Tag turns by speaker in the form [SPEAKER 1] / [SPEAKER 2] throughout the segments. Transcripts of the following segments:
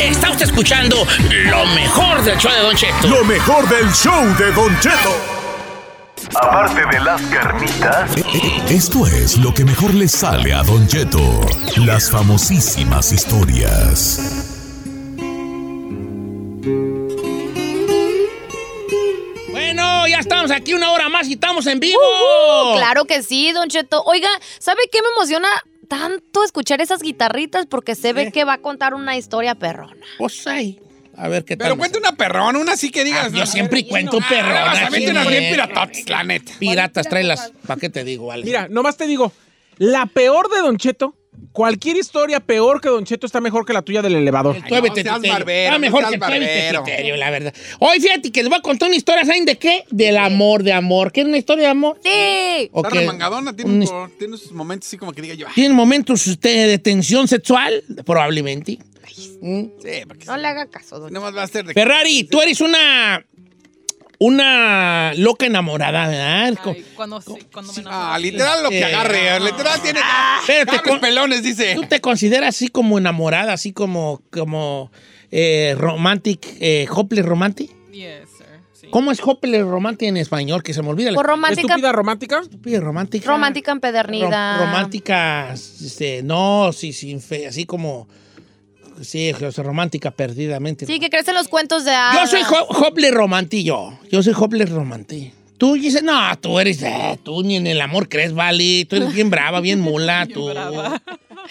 [SPEAKER 1] Está usted escuchando lo mejor del show de Don Cheto.
[SPEAKER 2] Lo mejor del show de Don Cheto.
[SPEAKER 3] Aparte de las carnitas,
[SPEAKER 4] Esto es lo que mejor le sale a Don Cheto. Las famosísimas historias.
[SPEAKER 1] Bueno, ya estamos aquí una hora más y estamos en vivo. Oh.
[SPEAKER 5] Claro que sí, Don Cheto. Oiga, ¿sabe qué me emociona tanto escuchar esas guitarritas? Porque se ve que va a contar una historia perrona.
[SPEAKER 1] Pues ahí. A ver qué
[SPEAKER 6] Pero
[SPEAKER 1] tal.
[SPEAKER 6] cuenta una perrona, una así que digas.
[SPEAKER 1] Ah, yo siempre cuento perrona,
[SPEAKER 6] perrona.
[SPEAKER 1] sí,
[SPEAKER 6] unas bien
[SPEAKER 1] güey.
[SPEAKER 6] piratotas, la neta.
[SPEAKER 1] Piratas, tráelas. ¿Para qué te digo, vale?
[SPEAKER 7] Mira, nomás te digo, la peor de Don Cheto, cualquier historia peor que Don Cheto está mejor que la tuya del elevador.
[SPEAKER 1] El tuévete
[SPEAKER 6] no seas
[SPEAKER 1] criterio.
[SPEAKER 6] barbero,
[SPEAKER 1] Está
[SPEAKER 6] no
[SPEAKER 1] mejor
[SPEAKER 6] seas
[SPEAKER 1] que el tuévete
[SPEAKER 6] barbero.
[SPEAKER 1] criterio, la verdad. Hoy fíjate que les voy a contar una historia, ¿saben de qué? Del amor, de amor. ¿Quieren una historia de amor?
[SPEAKER 5] Sí.
[SPEAKER 1] ¿O
[SPEAKER 6] Está
[SPEAKER 1] qué?
[SPEAKER 6] remangadona, tiene,
[SPEAKER 1] Un-
[SPEAKER 6] un cor- tiene sus momentos así como que diga yo. ah,
[SPEAKER 1] ¿Tienen momentos usted de tensión sexual? Probablemente. ¿Mm?
[SPEAKER 6] Sí, porque
[SPEAKER 5] No le haga caso, Don Cheto.
[SPEAKER 6] no más va a ser de.
[SPEAKER 1] Ferrari, tú eres una. Una loca enamorada, ¿verdad?
[SPEAKER 8] Ay, cuando, sí, cuando me enamoro.
[SPEAKER 6] Ah, literal lo
[SPEAKER 1] Sí.
[SPEAKER 6] que agarre. Literal tiene.
[SPEAKER 1] este, Ah, Espérate,
[SPEAKER 6] Cables
[SPEAKER 1] con-
[SPEAKER 6] pelones, dice.
[SPEAKER 1] ¿Tú te consideras así como enamorada, así como, como eh, romantic, eh, hopeless romantic?
[SPEAKER 8] Yes, sir. Sí.
[SPEAKER 1] ¿Cómo es hopeless romantic en español? Que se me olvida. la-
[SPEAKER 5] Por romántica,
[SPEAKER 7] ¿Estúpida romántica?
[SPEAKER 1] Estúpida, romántica.
[SPEAKER 5] romántica
[SPEAKER 1] Rom-
[SPEAKER 5] empedernida.
[SPEAKER 1] romántica, este, no, sí, sin fe, así como, sí, o sea, romántica perdidamente.
[SPEAKER 5] Sí, que crecen los cuentos de
[SPEAKER 1] Yo
[SPEAKER 5] hadas.
[SPEAKER 1] soy ho Hople Romanti, yo. Yo soy Hople Romanti. Tú dices, no, tú eres, eh, tú ni en el amor crees, Vali. Tú eres bien brava, bien mula, tú.
[SPEAKER 8] brava.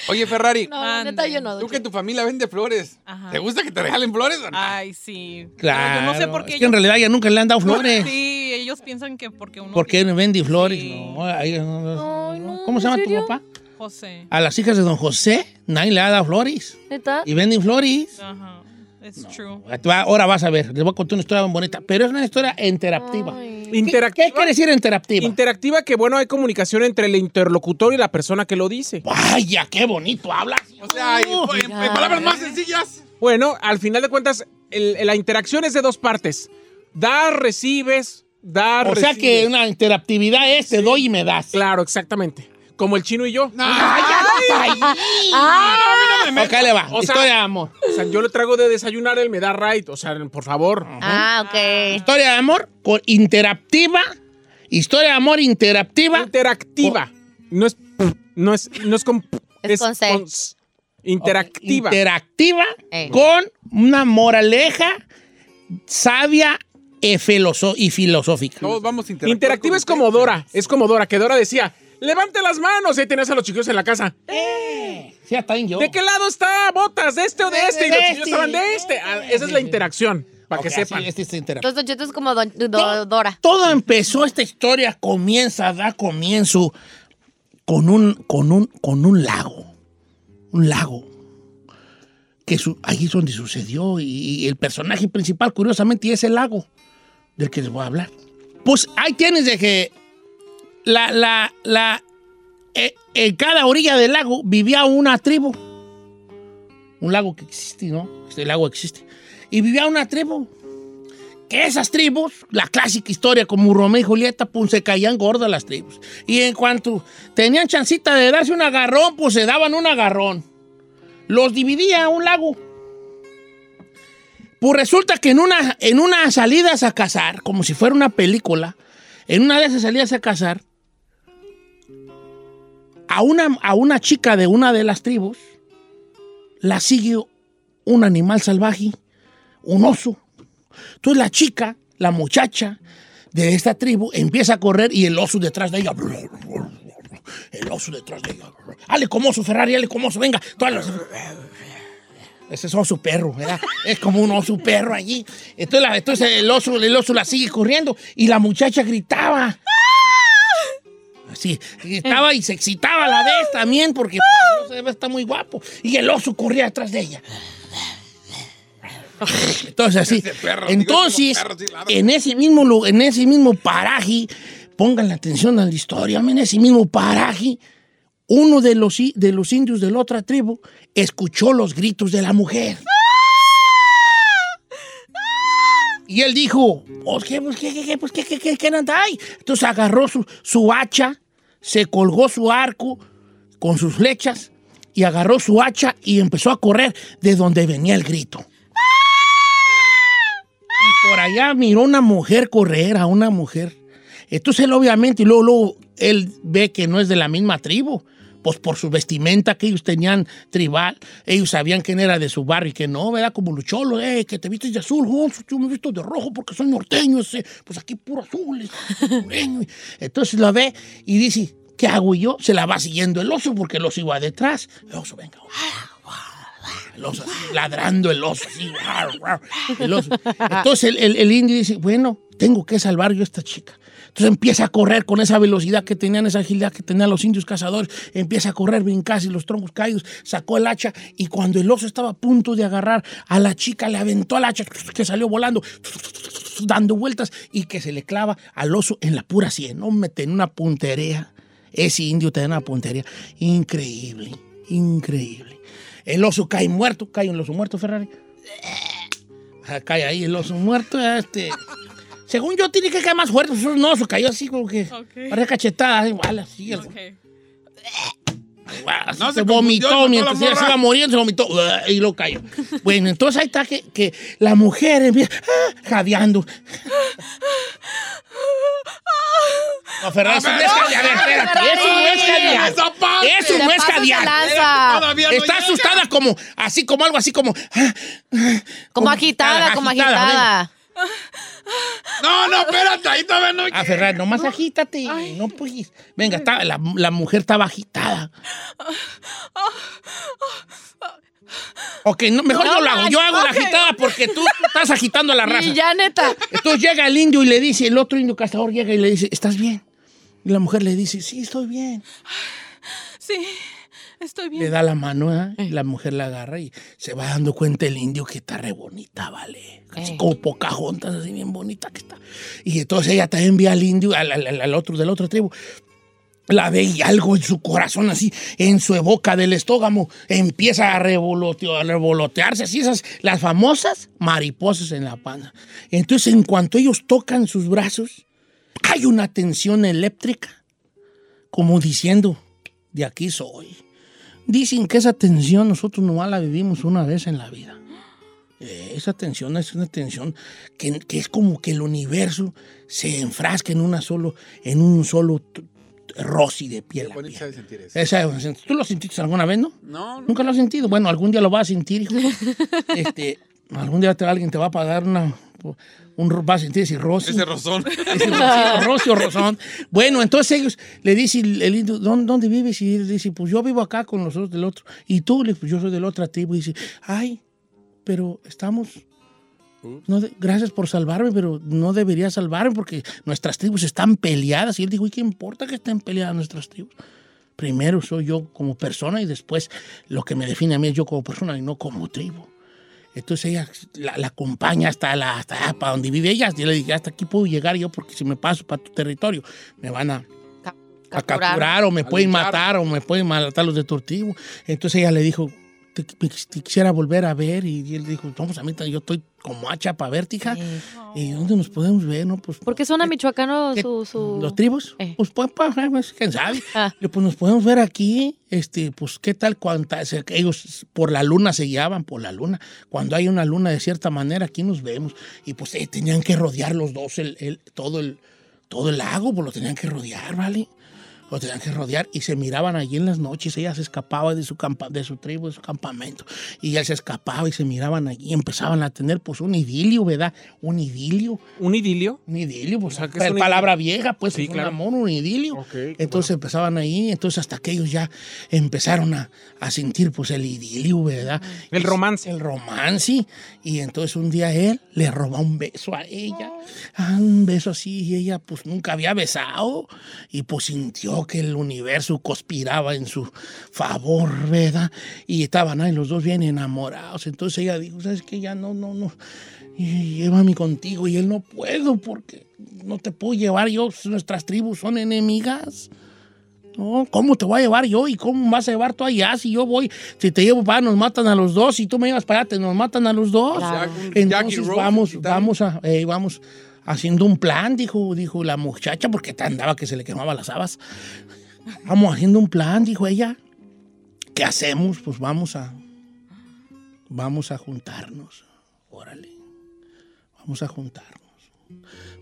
[SPEAKER 6] Oye, Ferrari,
[SPEAKER 5] No, la neta yo no.
[SPEAKER 6] tú
[SPEAKER 5] Don
[SPEAKER 6] que
[SPEAKER 5] Cheto.
[SPEAKER 6] tu familia vende flores.
[SPEAKER 8] Ajá.
[SPEAKER 6] ¿Te gusta que te regalen flores o no?
[SPEAKER 8] Ay, sí. Pero
[SPEAKER 1] Claro.
[SPEAKER 8] Yo no sé por qué.
[SPEAKER 1] Es que en
[SPEAKER 8] ellos-
[SPEAKER 1] realidad ya nunca le han dado flores.
[SPEAKER 8] Sí, ellos piensan que porque uno.
[SPEAKER 1] ¿Por qué no vendí flores?
[SPEAKER 8] Sí.
[SPEAKER 1] No, eh. ay, no, no,
[SPEAKER 5] Ay, no,
[SPEAKER 1] ¿Cómo se
[SPEAKER 5] ¿en
[SPEAKER 1] llama
[SPEAKER 5] serio?
[SPEAKER 1] tu papá?
[SPEAKER 8] José.
[SPEAKER 1] A las hijas de don José, nadie le ha dado flores.
[SPEAKER 5] ¿Neta?
[SPEAKER 1] Y venden flores. Ah,
[SPEAKER 8] Ajá. It's true.
[SPEAKER 1] Ahora vas a ver, les voy a contar una historia muy bonita, pero es una historia interactiva.
[SPEAKER 5] Ay.
[SPEAKER 7] Interactiva.
[SPEAKER 1] ¿Qué quiere decir interactiva?
[SPEAKER 7] Interactiva que bueno, hay comunicación entre el interlocutor y la persona que lo dice.
[SPEAKER 1] Vaya, qué bonito hablas.
[SPEAKER 6] O sea, y- en- en, palabras más sencillas.
[SPEAKER 7] Bueno, al final de cuentas, el- la interacción es de dos partes. Dar, recibes, dar,
[SPEAKER 1] O sea que
[SPEAKER 7] recibes.
[SPEAKER 1] una interactividad es te doy y me das.
[SPEAKER 7] Claro, exactamente. Como el chino y yo.
[SPEAKER 1] ¡Ay, ya no está ahí! Ah, Acá le va.
[SPEAKER 7] O sea-
[SPEAKER 1] historia de amor.
[SPEAKER 7] O sea, yo le traigo de desayunar, él me da right. O sea, por favor.
[SPEAKER 5] Ah, ok.
[SPEAKER 1] Historia de amor con interactiva. Historia de amor interactiva.
[SPEAKER 7] Interactiva. No es. No es. No es con.
[SPEAKER 5] Es con C.
[SPEAKER 7] s. Interactiva.
[SPEAKER 1] Interactiva
[SPEAKER 5] Ey.
[SPEAKER 1] con una moraleja sabia e filoso- y filosófica.
[SPEAKER 6] Todos vamos a interactuar
[SPEAKER 7] Interactiva
[SPEAKER 6] con
[SPEAKER 7] es como
[SPEAKER 6] ustedes.
[SPEAKER 7] Dora. Es como Dora, que Dora decía: ¡Levante las manos! Y ahí tenías a los chiquillos en la casa.
[SPEAKER 1] Sí, hasta en yo.
[SPEAKER 7] ¿De qué lado está? ¿Botas? ¿De este o de este? Y los chiquillos estaban de este. Ah, esa es la interacción, para
[SPEAKER 1] Ok,
[SPEAKER 7] que
[SPEAKER 1] así,
[SPEAKER 7] sepan.
[SPEAKER 1] este es interactivo.
[SPEAKER 5] Los Don Cheto es como Don- Do-
[SPEAKER 1] To-
[SPEAKER 5] Dora.
[SPEAKER 1] Todo empezó, esta historia comienza, da comienzo con un, con un, con un lago. Un lago. Que su- ahí es donde sucedió. Y, y el personaje principal, curiosamente, es el lago del que les voy a hablar. Pues ahí tienes de que la, la, la, eh, en cada orilla del lago vivía una tribu. Un lago que existe, ¿no? Este lago existe. Y vivía una tribu que esas tribus, la clásica historia como Romeo y Julieta, pues se caían gordas las tribus. Y en cuanto tenían chancita de darse un agarrón, pues se daban un agarrón. Los dividía un lago. Pues resulta que en una, en unas salidas a cazar, como si fuera una película, en una de esas salidas a cazar, a una, a una chica de una de las tribus la sigue un animal salvaje, un oso, entonces la chica, la muchacha de esta tribu, empieza a correr y el oso detrás de ella. El oso detrás de ella. Ale como oso, Ferrari, ale como oso, venga. Todas las- Ese es oso perro, ¿verdad? Es como un oso perro allí. Entonces, la- entonces el, oso, el oso la sigue corriendo y la muchacha gritaba. Así, gritaba y se excitaba a la vez también porque pues, el oso está muy guapo. Y el oso corría atrás de ella. Entonces, así.
[SPEAKER 6] Ese perro, digo,
[SPEAKER 1] Entonces,
[SPEAKER 6] como perro, sí, ladra.
[SPEAKER 1] en ese mismo lu- en ese mismo paraje, pongan la atención a la historia, en ese mismo paraje, uno de los, i- de los indios de la otra tribu escuchó los gritos de la mujer. Y él dijo, pues qué, pues qué, qué, qué, pues qué, qué, qué, qué nada hay?". Entonces agarró su, su hacha, se colgó su arco con sus flechas y agarró su hacha y empezó a correr de donde venía el grito. Y por allá miró una mujer correr, a una mujer. Entonces él obviamente, y luego, luego él ve que no es de la misma tribu. Pues por su vestimenta que ellos tenían tribal, ellos sabían quién era de su barrio y que no, ¿verdad? Como los cholos, eh, que te vistes de azul, Gonzo, yo me he visto de rojo porque soy norteño, ese, pues aquí puro azul, es norteño. Entonces lo ve y dice, ¿qué hago yo? Se la va siguiendo el oso porque el oso iba detrás. El oso, venga, el oso así, ladrando el oso, así, guau, guau, el oso. Entonces el, el- el indio dice, bueno, tengo que salvar yo a esta chica. Entonces empieza a correr con esa velocidad que tenían, esa agilidad que tenían los indios cazadores. Empieza a correr, brincase los troncos caídos, sacó el hacha y cuando el oso estaba a punto de agarrar a la chica, le aventó el hacha que salió volando, dando vueltas y que se le clava al oso en la pura sien. No me tenía una puntería. Ese indio tenía una puntería increíble, increíble. El oso cae muerto, cae un oso muerto, Ferrari. Ah, Cae ahí el oso muerto, este. Según yo, tiene que caer más fuerte. pues, No, oso cayó así como que.
[SPEAKER 8] Ok.
[SPEAKER 1] Parece cachetada, igual, así. el-
[SPEAKER 8] Ok.
[SPEAKER 1] igual, así
[SPEAKER 6] No,
[SPEAKER 1] se
[SPEAKER 6] se confundió,
[SPEAKER 1] vomitó
[SPEAKER 6] mató
[SPEAKER 1] mientras
[SPEAKER 6] la
[SPEAKER 1] ella se
[SPEAKER 6] morra.
[SPEAKER 1] iba muriendo, se vomitó ah, y lo cayó. Bueno, entonces ahí está que, que la mujer empieza ah, jadeando. No,
[SPEAKER 6] Ah,
[SPEAKER 1] Ferrari, eso no es jadear, espérate, eso no es jadear.
[SPEAKER 6] ¡Esa parte!
[SPEAKER 1] Eso
[SPEAKER 5] Te
[SPEAKER 1] no es
[SPEAKER 5] Ah, pasas de
[SPEAKER 1] jadear.
[SPEAKER 5] lanza.
[SPEAKER 6] Todavía no
[SPEAKER 1] Eh, Está
[SPEAKER 6] llega.
[SPEAKER 1] asustada como, así como algo así como. ah, ah,
[SPEAKER 5] Como agitada, como agitada.
[SPEAKER 6] No, no, espérate, ahí todavía no.
[SPEAKER 1] A Ferrari, Ah, nomás agítate. No pues. Venga, está- la, la mujer estaba agitada. Ok, no, mejor
[SPEAKER 5] No
[SPEAKER 1] yo lo hago. Yo
[SPEAKER 5] más,
[SPEAKER 1] hago la
[SPEAKER 5] ok.
[SPEAKER 1] agitada porque tú estás agitando a la raza.
[SPEAKER 5] Y ya, neta.
[SPEAKER 1] Entonces llega el indio y le dice, el otro indio cazador llega y le dice, ¿estás bien? Y la mujer le dice, sí, estoy bien.
[SPEAKER 8] Sí, estoy
[SPEAKER 1] Le
[SPEAKER 8] bien.
[SPEAKER 1] da la mano, ¿eh? y la mujer la agarra y se va dando cuenta el indio que está re bonita, vale. Así
[SPEAKER 5] Eh.
[SPEAKER 1] como Pocahontas, así bien bonita que está. Y entonces ella también ve al indio, al, al- al otro del otro tribu. La ve y algo en su corazón, así, en su boca del estógamo, empieza a, revoloteo- a revolotearse, así esas, las famosas mariposas en la panza. Entonces, en cuanto ellos tocan sus brazos, hay una tensión eléctrica, como diciendo, de aquí soy. Dicen que esa tensión nosotros nomás la vivimos una vez en la vida. Eh, esa tensión es una tensión que, que es como que el universo se enfrasca en, una solo, en un solo t- t- rosi de piel. a
[SPEAKER 6] Bonito
[SPEAKER 1] piel.
[SPEAKER 6] sabe sentir eso.
[SPEAKER 1] Esa- ¿Tú lo sentiste alguna vez, no?
[SPEAKER 6] No, no.
[SPEAKER 1] Nunca lo has sentido. Bueno, algún día lo vas a sentir, hijo. Este, algún día te- alguien te va a pagar una, un ro- vas a sentir ese rosi.
[SPEAKER 6] Ese rozón.
[SPEAKER 1] Ese Rocío, "Pues Rocío Rosón. Bueno, entonces ellos le dice el indio, "¿Dó- ¿dónde vives? Y él dice, pues yo vivo acá con nosotros del otro. Y tú, le dice, pues yo soy de la otra tribu. Y dice, ay, pero estamos... no de- gracias por salvarme, pero no debería salvarme porque nuestras tribus están peleadas. Y él dijo, ¿y qué importa que estén peleadas nuestras tribus? Primero soy yo como persona y después lo que me define a mí es yo como persona y no como tribu. Entonces ella la, la acompaña hasta, la, hasta allá, para donde vive ella. Yo le dije, hasta aquí puedo llegar yo porque si me paso para tu territorio, me van a,
[SPEAKER 5] Ca-
[SPEAKER 1] a capturar o me
[SPEAKER 6] A
[SPEAKER 1] pueden
[SPEAKER 6] linchar.
[SPEAKER 1] matar o me pueden matar los de tu tribu. Entonces ella le dijo, te, me- te quisiera volver a ver. Y él dijo, no, pues a mí t- yo estoy como hacha para verte, hija.
[SPEAKER 5] Eh,
[SPEAKER 1] ¿Y dónde nos podemos ver? No, pues,
[SPEAKER 5] ¿Por qué suena michoacano
[SPEAKER 1] ¿qué-
[SPEAKER 5] su, su-
[SPEAKER 1] ¿Los tribus?
[SPEAKER 5] Eh.
[SPEAKER 1] Pues pueden pasar, pues, quién sabe.
[SPEAKER 5] Ah.
[SPEAKER 1] Le digo, Pues nos podemos ver aquí, este, pues qué tal cuanta, se- ellos por la luna se guiaban, por la luna. Cuando hay una luna de cierta manera, aquí nos vemos. Y pues eh, tenían que rodear los dos el, el- todo, el, todo el lago, pues lo tenían que rodear, ¿vale? Lo tenían que rodear y se miraban allí en las noches. Ella se escapaba de su, campa- de su tribu, de su campamento. Y él se escapaba y se miraban allí. Empezaban a tener pues un idilio, ¿verdad? Un idilio.
[SPEAKER 7] ¿Un idilio?
[SPEAKER 1] Un idilio, pues
[SPEAKER 7] O sea, que
[SPEAKER 1] pa-
[SPEAKER 7] es un
[SPEAKER 1] palabra vieja, pues
[SPEAKER 7] Sí,
[SPEAKER 1] es
[SPEAKER 7] claro.
[SPEAKER 1] un amor, un idilio.
[SPEAKER 7] Ok, qué
[SPEAKER 1] entonces empezaban ahí, entonces hasta que ellos ya empezaron a, a sentir pues el idilio, ¿verdad?
[SPEAKER 7] El romance.
[SPEAKER 1] El romance. Y entonces un día él le roba un beso a ella. Ah, un beso así, y ella pues nunca había besado. Y pues sintió que el universo conspiraba en su favor, ¿verdad? Y estaban ahí los dos bien enamorados. Entonces ella dijo, ¿sabes qué? Ya no, no, no. Y llévame contigo. Y él no puedo porque no te puedo llevar yo. Nuestras tribus son enemigas. No, ¿cómo te voy a llevar yo? ¿Y cómo vas a llevar tú allá? Si yo voy, si te llevo para allá, nos matan a los dos. Si tú me llevas para allá, te nos matan a los dos.
[SPEAKER 5] Claro.
[SPEAKER 1] Entonces vamos, vamos, a, eh, vamos haciendo un plan, dijo, dijo la muchacha, porque te andaba que se le quemaba las habas. Vamos haciendo un plan, dijo ella. ¿qué hacemos? Pues vamos a. Vamos a juntarnos. Órale. Vamos a juntarnos.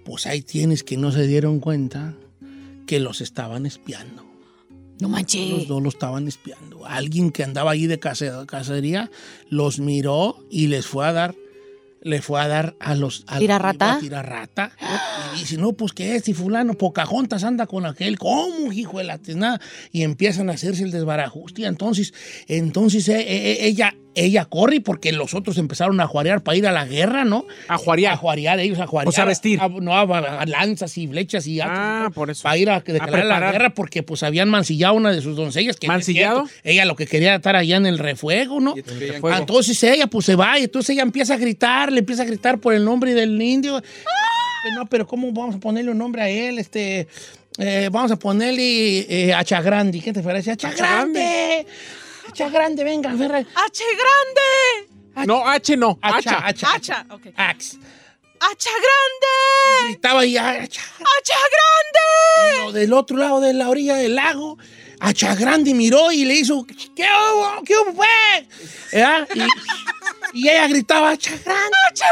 [SPEAKER 1] Pues ahí tienes que no se dieron cuenta que los estaban espiando.
[SPEAKER 5] No
[SPEAKER 1] Los
[SPEAKER 5] manches.
[SPEAKER 1] dos lo estaban espiando. Alguien que andaba ahí de case- cacería los miró y les fue a dar, le fue a dar a los... A
[SPEAKER 5] ¿Tirarrata?
[SPEAKER 1] Tirarrata. Y dice, no, pues qué es, si fulano, Pocahontas anda con aquel, ¿cómo, hijo de la tiznada? Y empiezan a hacerse el desbarajuste. Entonces, entonces eh, eh, ella, ella corre porque los otros empezaron a juarear para ir a la guerra, ¿no?
[SPEAKER 7] A juarear.
[SPEAKER 1] A juarear, ellos a juarear.
[SPEAKER 7] O sea, vestir.
[SPEAKER 1] A- no, a, a- a lanzas y flechas y haces,
[SPEAKER 7] Ah,
[SPEAKER 1] ¿no?
[SPEAKER 7] por eso.
[SPEAKER 1] Para ir a declarar la
[SPEAKER 7] preparar.
[SPEAKER 1] guerra porque pues habían mancillado a una de sus doncellas. Que no es
[SPEAKER 7] ¿Mancillado?
[SPEAKER 1] cierto. Ella lo que quería era estar allá en el refuego, ¿no?
[SPEAKER 7] Fuego.
[SPEAKER 1] Ah, Entonces ella pues se va y entonces ella empieza a gritar, le empieza a gritar por el nombre del indio. Pues, No, pero ¿cómo vamos a ponerle un nombre a él? Este, eh, vamos a ponerle eh, Achagrandi. ¿Qué te parece? ¡Achagrande! ¡Achagrande, venga! venga.
[SPEAKER 8] ¡H grande!
[SPEAKER 7] No, H no.
[SPEAKER 1] Hacha,
[SPEAKER 7] Hacha.
[SPEAKER 1] hacha,
[SPEAKER 8] Hacha, ok.
[SPEAKER 1] Ax.
[SPEAKER 8] ¡H grande!
[SPEAKER 1] Gritaba y hacha.
[SPEAKER 8] ¡H grande!
[SPEAKER 1] Pero del otro lado de la orilla del lago, Achagrande miró y le hizo, ¿qué hubo? ¿Qué hubo, pues?" ¿Verdad? Y, y ella gritaba, Achagrande,
[SPEAKER 8] ¡H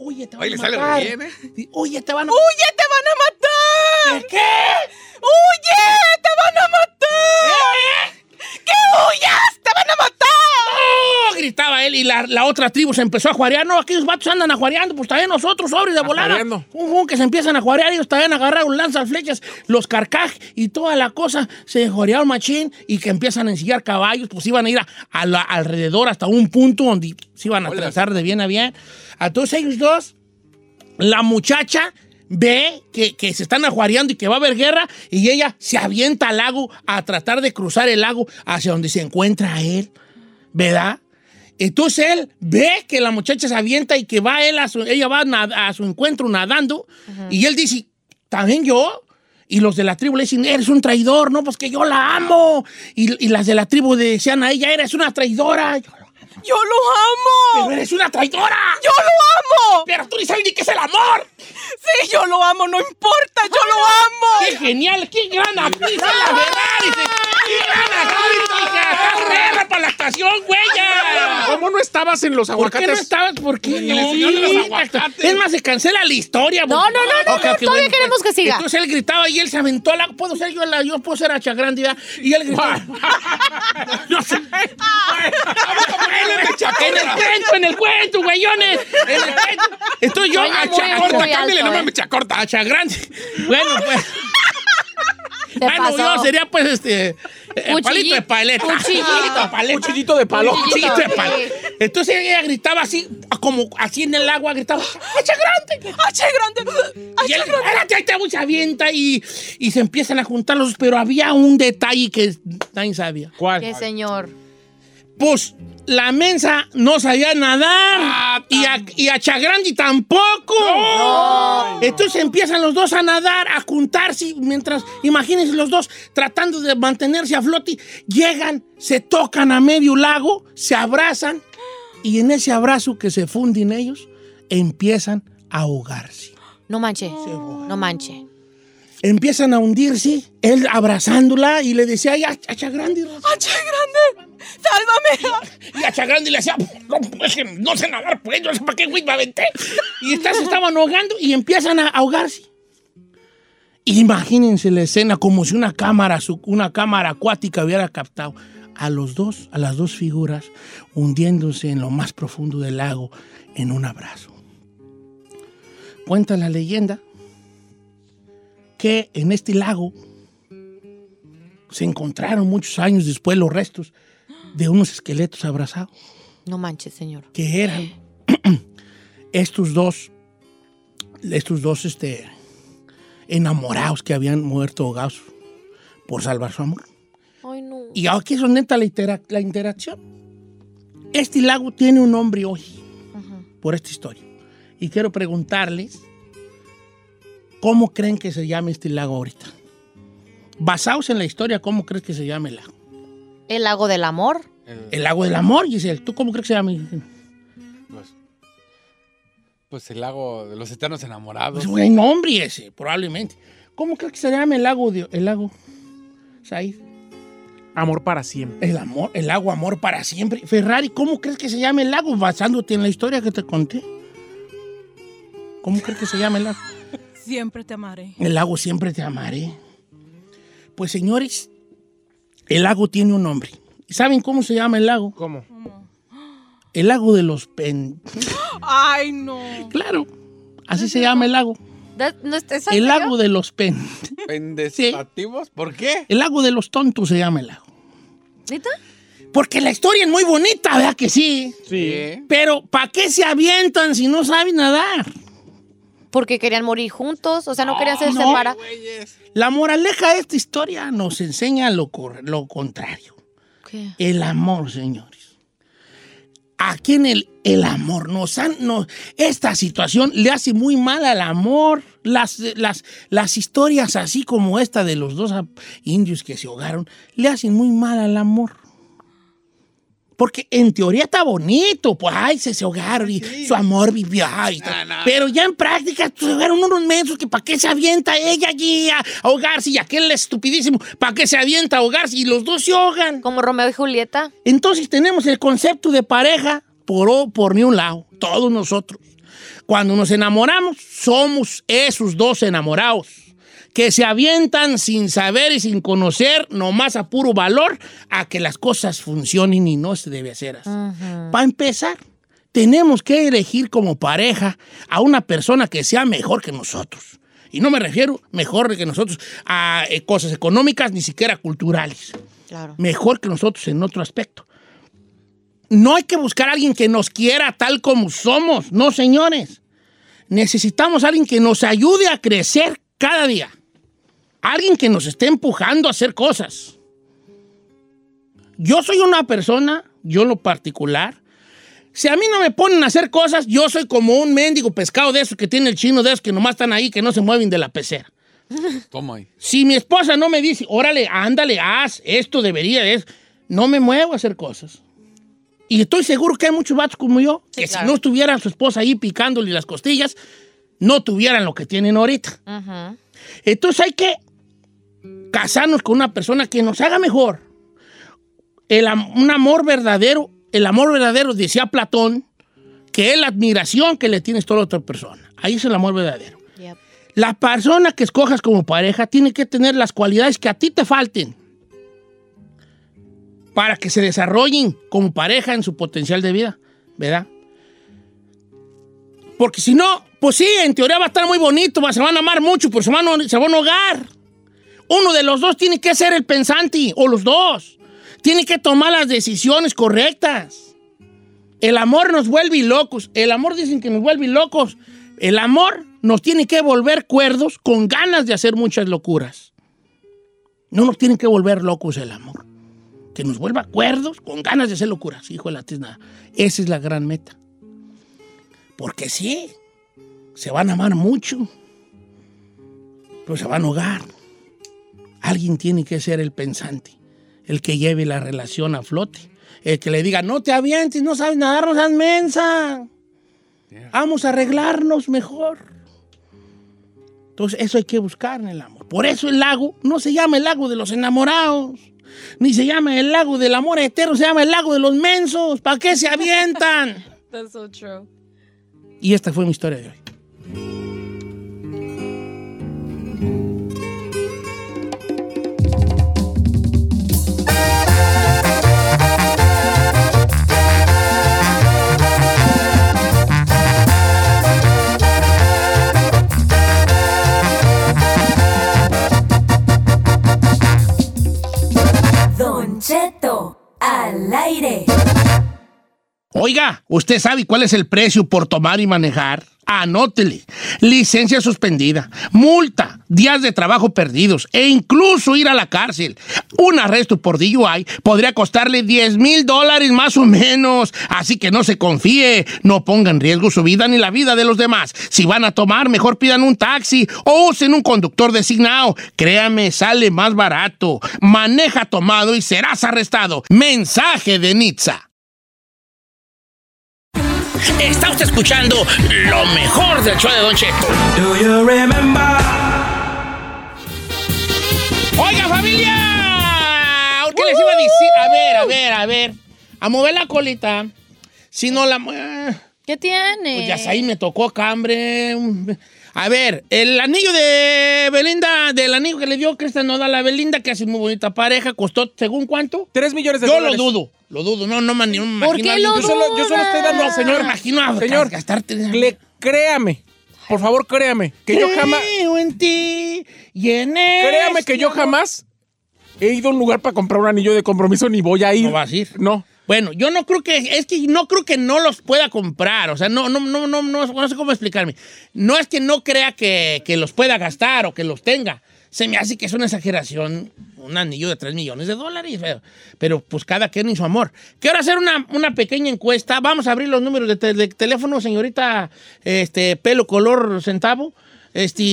[SPEAKER 8] grande!
[SPEAKER 1] oye, te van
[SPEAKER 6] Hoy le
[SPEAKER 1] a
[SPEAKER 6] sale
[SPEAKER 1] matar.
[SPEAKER 6] re bien, ¿eh?
[SPEAKER 1] Sí, Oye, te van a
[SPEAKER 8] ¡Huye, te van a matar!
[SPEAKER 1] matar. ¿Qué?
[SPEAKER 8] ¡Huye, te van a matar! ¡Que huyas, te van a matar!
[SPEAKER 1] ¡Oh! Gritaba él y la, la otra tribu se empezó a juarear. No, aquellos vatos andan a juareando, pues también nosotros, sobres de volada.
[SPEAKER 7] juareando.
[SPEAKER 1] Un jun que se empiezan a juarear, ellos también agarraron lanzas, flechas, los carcaj y toda la cosa. Se juarearon machín y que empiezan a ensillar caballos, pues iban a ir a- a la- alrededor hasta un punto donde se iban a
[SPEAKER 6] Hola.
[SPEAKER 1] trazar de bien a bien. Entonces ellos dos, la muchacha ve que, que se están ajuareando y que va a haber guerra y ella se avienta al lago a tratar de cruzar el lago hacia donde se encuentra él. ¿verdad? Entonces él ve que la muchacha se avienta y que va él a su, ella va a, nad- a su encuentro nadando y él dice, ¿también yo? Y los de la tribu le dicen, eres un traidor, no, pues que yo la amo. Y, y las de la tribu decían a ella, eres una traidora. Yo lo-
[SPEAKER 8] ¡Yo lo
[SPEAKER 1] Pero
[SPEAKER 8] amo!
[SPEAKER 1] eres una traidora.
[SPEAKER 8] ¡Yo lo amo!
[SPEAKER 1] Pero tú ni sabes ni qué es el amor.
[SPEAKER 8] Sí, yo lo amo, no importa, yo lo amo.
[SPEAKER 1] ¡Qué genial! ¡Qué gran actriz es la verdad! Dice, ¡Qué gran actriz! dice, ¡Está perra para la estación, güey!
[SPEAKER 7] ¿Cómo no estabas en los
[SPEAKER 1] ¿Por qué no
[SPEAKER 7] aguacates?
[SPEAKER 1] estabas? ¿Por qué
[SPEAKER 7] el señor de los
[SPEAKER 1] Sí,
[SPEAKER 7] aguacates.
[SPEAKER 1] Es más, se cancela la historia.
[SPEAKER 5] No,
[SPEAKER 1] güey.
[SPEAKER 5] no, no, no,
[SPEAKER 1] Ok,
[SPEAKER 5] no,
[SPEAKER 1] ok,
[SPEAKER 5] todavía queremos
[SPEAKER 1] pues,
[SPEAKER 5] que siga.
[SPEAKER 1] Entonces él gritaba y él se aventó a la... Puedo ser yo, la, yo puedo ser hacha grande, ¿verdad? Y él gritaba... no sé. en el cuento, en el cuento, güeyones. En el cuento. Entony yo...
[SPEAKER 5] Suena muy,
[SPEAKER 1] Hacha
[SPEAKER 5] muy
[SPEAKER 1] corta,
[SPEAKER 5] alto,
[SPEAKER 1] cámbiale, no
[SPEAKER 5] eh.
[SPEAKER 1] me hacha corta, hacha grande. Bueno, pues...
[SPEAKER 5] Te
[SPEAKER 1] Bueno,
[SPEAKER 5] pasó.
[SPEAKER 1] Ah, yo sería pues este... eh,
[SPEAKER 5] Cuchillito.
[SPEAKER 1] Palito de paleta.
[SPEAKER 5] Cuchillito.
[SPEAKER 1] Palito de paleta.
[SPEAKER 7] Cuchillito de palo.
[SPEAKER 5] Cuchillito.
[SPEAKER 1] Sí,
[SPEAKER 5] Chiquito.
[SPEAKER 1] sepa. Entonces ella gritaba así, como así en el agua, gritaba, ¡Hacha grande!
[SPEAKER 8] H grande.
[SPEAKER 1] Y él, espérate, ahí te voy", se avienta y, y se empiezan a juntar los, pero había un detalle que nadie sabía.
[SPEAKER 5] Qué
[SPEAKER 7] ¿Cuál?
[SPEAKER 5] señor.
[SPEAKER 1] Pues la mensa no sabía nadar y, a, y a Chagrandi tampoco. Entonces empiezan los dos a nadar, a juntarse, mientras, imagínense los dos tratando de mantenerse a flote, llegan, se tocan a medio lago, se abrazan y en ese abrazo que se funden ellos, empiezan a ahogarse.
[SPEAKER 5] No manche.
[SPEAKER 1] ahoga.
[SPEAKER 5] No manche.
[SPEAKER 1] Empiezan a hundirse, él abrazándola y le decía, ay, a Chagrandi,
[SPEAKER 8] H grande. Sálvame.
[SPEAKER 1] Y a Chagrandi le decía, no, es que no sé nadar, pues, no sé para qué, güey, me aventé. Y estas se estaban ahogando y empiezan a ahogarse. Imagínense la escena como si una cámara, su- una cámara acuática hubiera captado a los dos, a las dos figuras, hundiéndose en lo más profundo del lago en un abrazo. Cuenta la leyenda que en este lago se encontraron muchos años después los restos de unos esqueletos abrazados
[SPEAKER 5] No manche, señor.
[SPEAKER 1] que eran estos dos, estos dos este, enamorados que habían muerto ahogados por salvar su amor.
[SPEAKER 5] Ay, no.
[SPEAKER 1] Y aquí es donde entra la, intera- la interacción. Este lago tiene un nombre hoy por esta historia. Y quiero preguntarles, ¿cómo creen que se llame este lago ahorita? Basados en la historia, ¿cómo crees que se llame el lago?
[SPEAKER 5] El lago del amor.
[SPEAKER 6] Eh,
[SPEAKER 1] El lago del amor, Giselle. ¿Tú cómo crees que se llame?
[SPEAKER 6] Pues, pues el lago de los eternos enamorados.
[SPEAKER 1] Pues, güey, nombre ese, probablemente. ¿Cómo crees que se llama el lago? de- el lago. Said?
[SPEAKER 7] Amor para siempre.
[SPEAKER 1] El amor, el lago amor para siempre. Ferrari, ¿cómo crees que se llama el lago? Basándote en la historia que te conté. ¿Cómo crees que se llama el lago?
[SPEAKER 9] Siempre te amaré.
[SPEAKER 1] El lago siempre te amaré. Pues señores, el lago tiene un nombre. ¿Saben cómo se llama el lago?
[SPEAKER 7] ¿Cómo?
[SPEAKER 1] El lago de los pen...
[SPEAKER 9] Ay, no.
[SPEAKER 1] Claro, así se llama el lago.
[SPEAKER 5] Da- ¿No es- es
[SPEAKER 1] El
[SPEAKER 5] serio?
[SPEAKER 1] lago de los pen...
[SPEAKER 6] ¿Pendestativos? ¿Por qué?
[SPEAKER 1] El lago de los tontos se llama el lago.
[SPEAKER 5] ¿Neta?
[SPEAKER 1] Porque la historia es muy bonita, ¿verdad que sí?
[SPEAKER 7] Sí.
[SPEAKER 1] Pero ¿para qué se avientan si no saben nadar?
[SPEAKER 5] Porque querían morir juntos, o sea, no querían ser
[SPEAKER 1] Ah, no.
[SPEAKER 5] separados.
[SPEAKER 1] La moraleja de esta historia nos enseña lo, cor- lo contrario.
[SPEAKER 5] ¿Qué?
[SPEAKER 1] El amor, señores. Aquí en el, el amor nos han, nos- esta situación le hace muy mal al amor. Las, las, las historias así como esta de los dos ap- indios que se ahogaron le hacen muy mal al amor. Porque en teoría está bonito, pues, ay, se, se ahogaron y su amor vivió. ay, tal. Pero ya en práctica pues, se ahogaron unos mensos que para qué se avienta ella allí a ahogarse y aquel estupidísimo, para qué se avienta a ahogarse y los dos se ahogan.
[SPEAKER 5] Como Romeo y Julieta.
[SPEAKER 1] Entonces tenemos el concepto de pareja por, o- por ni un lado, todos nosotros. Cuando nos enamoramos, somos esos dos enamorados que se avientan sin saber y sin conocer, nomás a puro valor, a que las cosas funcionen y no se debe hacer así. Para empezar, tenemos que elegir como pareja a una persona que sea mejor que nosotros. Y no me refiero mejor que nosotros a eh, cosas económicas ni siquiera culturales
[SPEAKER 5] Claro.
[SPEAKER 1] mejor que nosotros en otro aspecto. No hay que buscar a alguien que nos quiera tal como somos, no señores. Necesitamos a alguien que nos ayude a crecer cada día. Alguien que nos esté empujando a hacer cosas. Yo soy una persona, yo en lo particular, si a mí no me ponen a hacer cosas, yo soy como un mendigo pescado de esos que tiene el chino de esos que nomás están ahí, que no se mueven de la pecera.
[SPEAKER 6] ¿Cómo ahí?
[SPEAKER 1] Si mi esposa no me dice, órale, ándale, haz, esto debería es, no me muevo a hacer cosas. Y estoy seguro que hay muchos vatos como yo,
[SPEAKER 5] Sí,
[SPEAKER 1] que si
[SPEAKER 5] claro.
[SPEAKER 1] no estuviera su esposa ahí picándole las costillas, no tuvieran lo que tienen ahorita.
[SPEAKER 5] Ujú.
[SPEAKER 1] Entonces hay que casarnos con una persona que nos haga mejor. El, am- un amor verdadero, el amor verdadero, decía Platón, que es la admiración que le tienes toda la otra persona. Ahí es el amor verdadero.
[SPEAKER 5] Yep.
[SPEAKER 1] La persona que escojas como pareja tiene que tener las cualidades que a ti te falten para que se desarrollen como pareja en su potencial de vida, ¿verdad? Porque si no, pues sí, en teoría va a estar muy bonito, va- se van a amar mucho, pero se van, a, se van a ahogar. Uno de los dos tiene que ser el pensante, o los dos. Tiene que tomar las decisiones correctas. El amor nos vuelve locos. El amor dicen que nos vuelve locos. El amor nos tiene que volver cuerdos con ganas de hacer muchas locuras. No nos tiene que volver locos el amor. Que nos vuelva cuerdos con ganas de hacer locuras. Hijo de la tizna. Esa es la gran meta. Porque sí, se van a amar mucho, pero se van a ahogar. Alguien tiene que ser el pensante, el que lleve la relación a flote, el que le diga, no te avientes, no sabes nadar, no seas mensa. Vamos a arreglarnos mejor. Entonces eso hay que buscar en el amor. Por eso el lago no se llama el lago de los enamorados, ni se llama el lago del amor eterno, se llama el lago de los mensos. ¿Para qué se avientan?
[SPEAKER 9] That's so true.
[SPEAKER 1] Y esta fue mi historia de hoy.
[SPEAKER 10] Don Cheto, al aire.
[SPEAKER 1] Oiga, ¿usted sabe cuál es el precio por tomar y manejar? Anótele. Licencia suspendida, multa, días de trabajo perdidos e incluso ir a la cárcel. Un arresto por DUI podría costarle 10 mil dólares más o menos. Así que no se confíe. No ponga en riesgo su vida ni la vida de los demás. Si van a tomar, mejor pidan un taxi o usen un conductor designado. Créame, sale más barato. Maneja tomado y serás arrestado. Mensaje de Nitza. Está usted escuchando lo mejor del show de Don Cheto. Oiga, familia. ¿qué les iba a decir? A ver, a ver, a ver. A mover la colita. Si no la... mue-
[SPEAKER 5] ¿Qué tiene?
[SPEAKER 1] Pues ya ahí me tocó cambre. A ver, el anillo de Belinda, del anillo que le dio Cristian Nodal a Belinda, que hace muy bonita pareja, costó, ¿según cuánto?
[SPEAKER 7] Tres millones de
[SPEAKER 1] Yo
[SPEAKER 7] dólares.
[SPEAKER 1] lo dudo, lo dudo. No, no, man, no me
[SPEAKER 5] ¿Por
[SPEAKER 1] imagino a
[SPEAKER 5] qué lo
[SPEAKER 1] alguien-
[SPEAKER 7] Yo solo- yo solo estoy dando-
[SPEAKER 1] No, señor, imagino
[SPEAKER 7] Señor,
[SPEAKER 1] señor, gastarte...
[SPEAKER 7] Le- créame, por favor, créame, que yo jamás.
[SPEAKER 1] Creo en ti y en este él.
[SPEAKER 7] Créame que yo jamás he ido a un lugar para comprar un anillo de compromiso ni voy a ir.
[SPEAKER 1] No vas a ir.
[SPEAKER 7] No.
[SPEAKER 1] Bueno, yo no creo que, es que no creo que no los pueda comprar, o sea, no, no, no, no, no, no sé cómo explicarme. No es que no crea que, que los pueda gastar o que los tenga. Se me hace que es una exageración, un anillo de 3 millones de dólares, pero, pero, pues cada quien y su amor. Quiero hacer una, una pequeña encuesta, vamos a abrir los números de, te- de teléfono, señorita, este, pelo, color, centavo, este,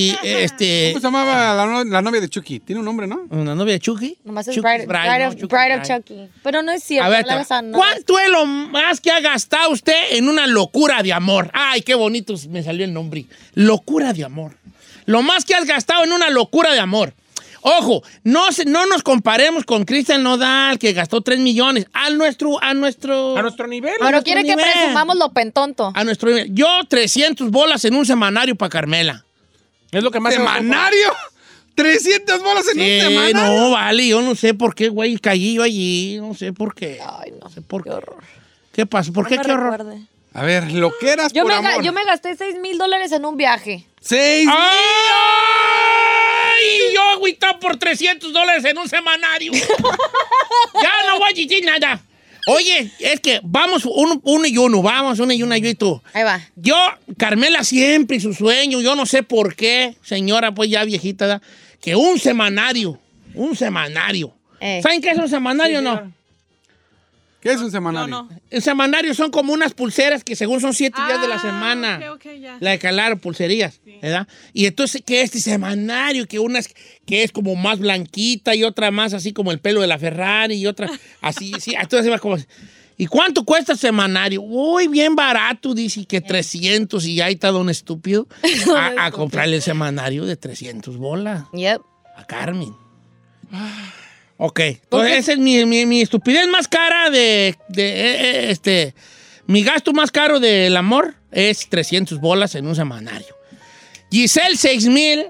[SPEAKER 1] este,
[SPEAKER 6] ¿Cómo se llamaba la, no- la novia de Chucky? Tiene un nombre, ¿no?
[SPEAKER 1] una novia de Chucky.
[SPEAKER 5] Nomás es
[SPEAKER 1] Chucky
[SPEAKER 5] Bride,
[SPEAKER 1] Bride,
[SPEAKER 5] Bride
[SPEAKER 1] ¿no?
[SPEAKER 5] of,
[SPEAKER 1] Chucky
[SPEAKER 5] Bride of
[SPEAKER 1] Bride.
[SPEAKER 5] Chucky. Pero no es cierto.
[SPEAKER 1] A ver,
[SPEAKER 5] no le
[SPEAKER 1] tra-
[SPEAKER 5] hagas a- no le hagas-
[SPEAKER 1] ¿cuánto es lo más que ha gastado usted en una locura de amor? Ay, qué bonito me salió el nombre. Locura de amor. Lo más que has gastado en una locura de amor. Ojo, no, se- no nos comparemos con Cristian Nodal, que gastó 3 millones. A nuestro, a nuestro.
[SPEAKER 7] A nuestro nivel.
[SPEAKER 1] A
[SPEAKER 5] Pero
[SPEAKER 1] nuestro
[SPEAKER 5] quiere que
[SPEAKER 1] nivel.
[SPEAKER 5] presumamos lo pentonto.
[SPEAKER 1] a nuestro nivel. Yo 300 bolas en un semanario para Carmela.
[SPEAKER 7] Es lo que más.
[SPEAKER 6] ¡Semanario! ¡300 bolas en
[SPEAKER 1] Sí,
[SPEAKER 6] un semana!
[SPEAKER 1] Eh, no, vale, yo no sé por qué, güey, caí yo allí, no sé por qué.
[SPEAKER 5] Ay, no.
[SPEAKER 1] No sé por
[SPEAKER 5] Qué
[SPEAKER 1] qué.
[SPEAKER 5] horror.
[SPEAKER 1] ¿Qué pasó? ¿Por
[SPEAKER 5] No
[SPEAKER 1] qué?
[SPEAKER 5] me
[SPEAKER 1] ¿Qué horror?
[SPEAKER 5] recuerde.
[SPEAKER 6] A ver, lo que eras
[SPEAKER 5] Yo
[SPEAKER 6] por
[SPEAKER 5] me, ga-
[SPEAKER 6] amor.
[SPEAKER 5] yo me gasté 6 mil dólares en un viaje.
[SPEAKER 6] ¡Seis!
[SPEAKER 1] ¡Ay! Yo agüitado por 300 dólares en un semanario. ya no voy a decir nada. Oye, es que vamos uno, uno y uno, vamos uno y uno yo y tú.
[SPEAKER 5] Ahí va.
[SPEAKER 1] Yo, Carmela siempre y su sueño, yo no sé por qué, señora, pues ya viejita, ¿verdad? que un semanario, un semanario.
[SPEAKER 5] Eh.
[SPEAKER 1] ¿Saben qué es un semanario o no?
[SPEAKER 6] ¿Qué es un
[SPEAKER 9] No,
[SPEAKER 6] semanario?
[SPEAKER 9] no.
[SPEAKER 1] Un semanario son como unas pulseras que según son siete días de la
[SPEAKER 9] Ah,
[SPEAKER 1] semana.
[SPEAKER 9] ok, ok, ya.
[SPEAKER 1] La de calar pulserías, ¿verdad? Y entonces que este semanario, que una es, que es como más blanquita y otra más así como el pelo de la Ferrari y otra así, sí, entonces iba como... ¿Y cuánto cuesta el semanario? Uy, bien barato, dice,
[SPEAKER 9] Eh.
[SPEAKER 1] que 300 y ya está don estúpido a, a comprarle el semanario de 300 bolas
[SPEAKER 5] Yep.
[SPEAKER 1] a Carmen. Ah. Ok, entonces esa es mi, mi- mi estupidez más cara de, de, eh, eh, este, mi gasto más caro del amor es 300 bolas en un semanario. Giselle 6000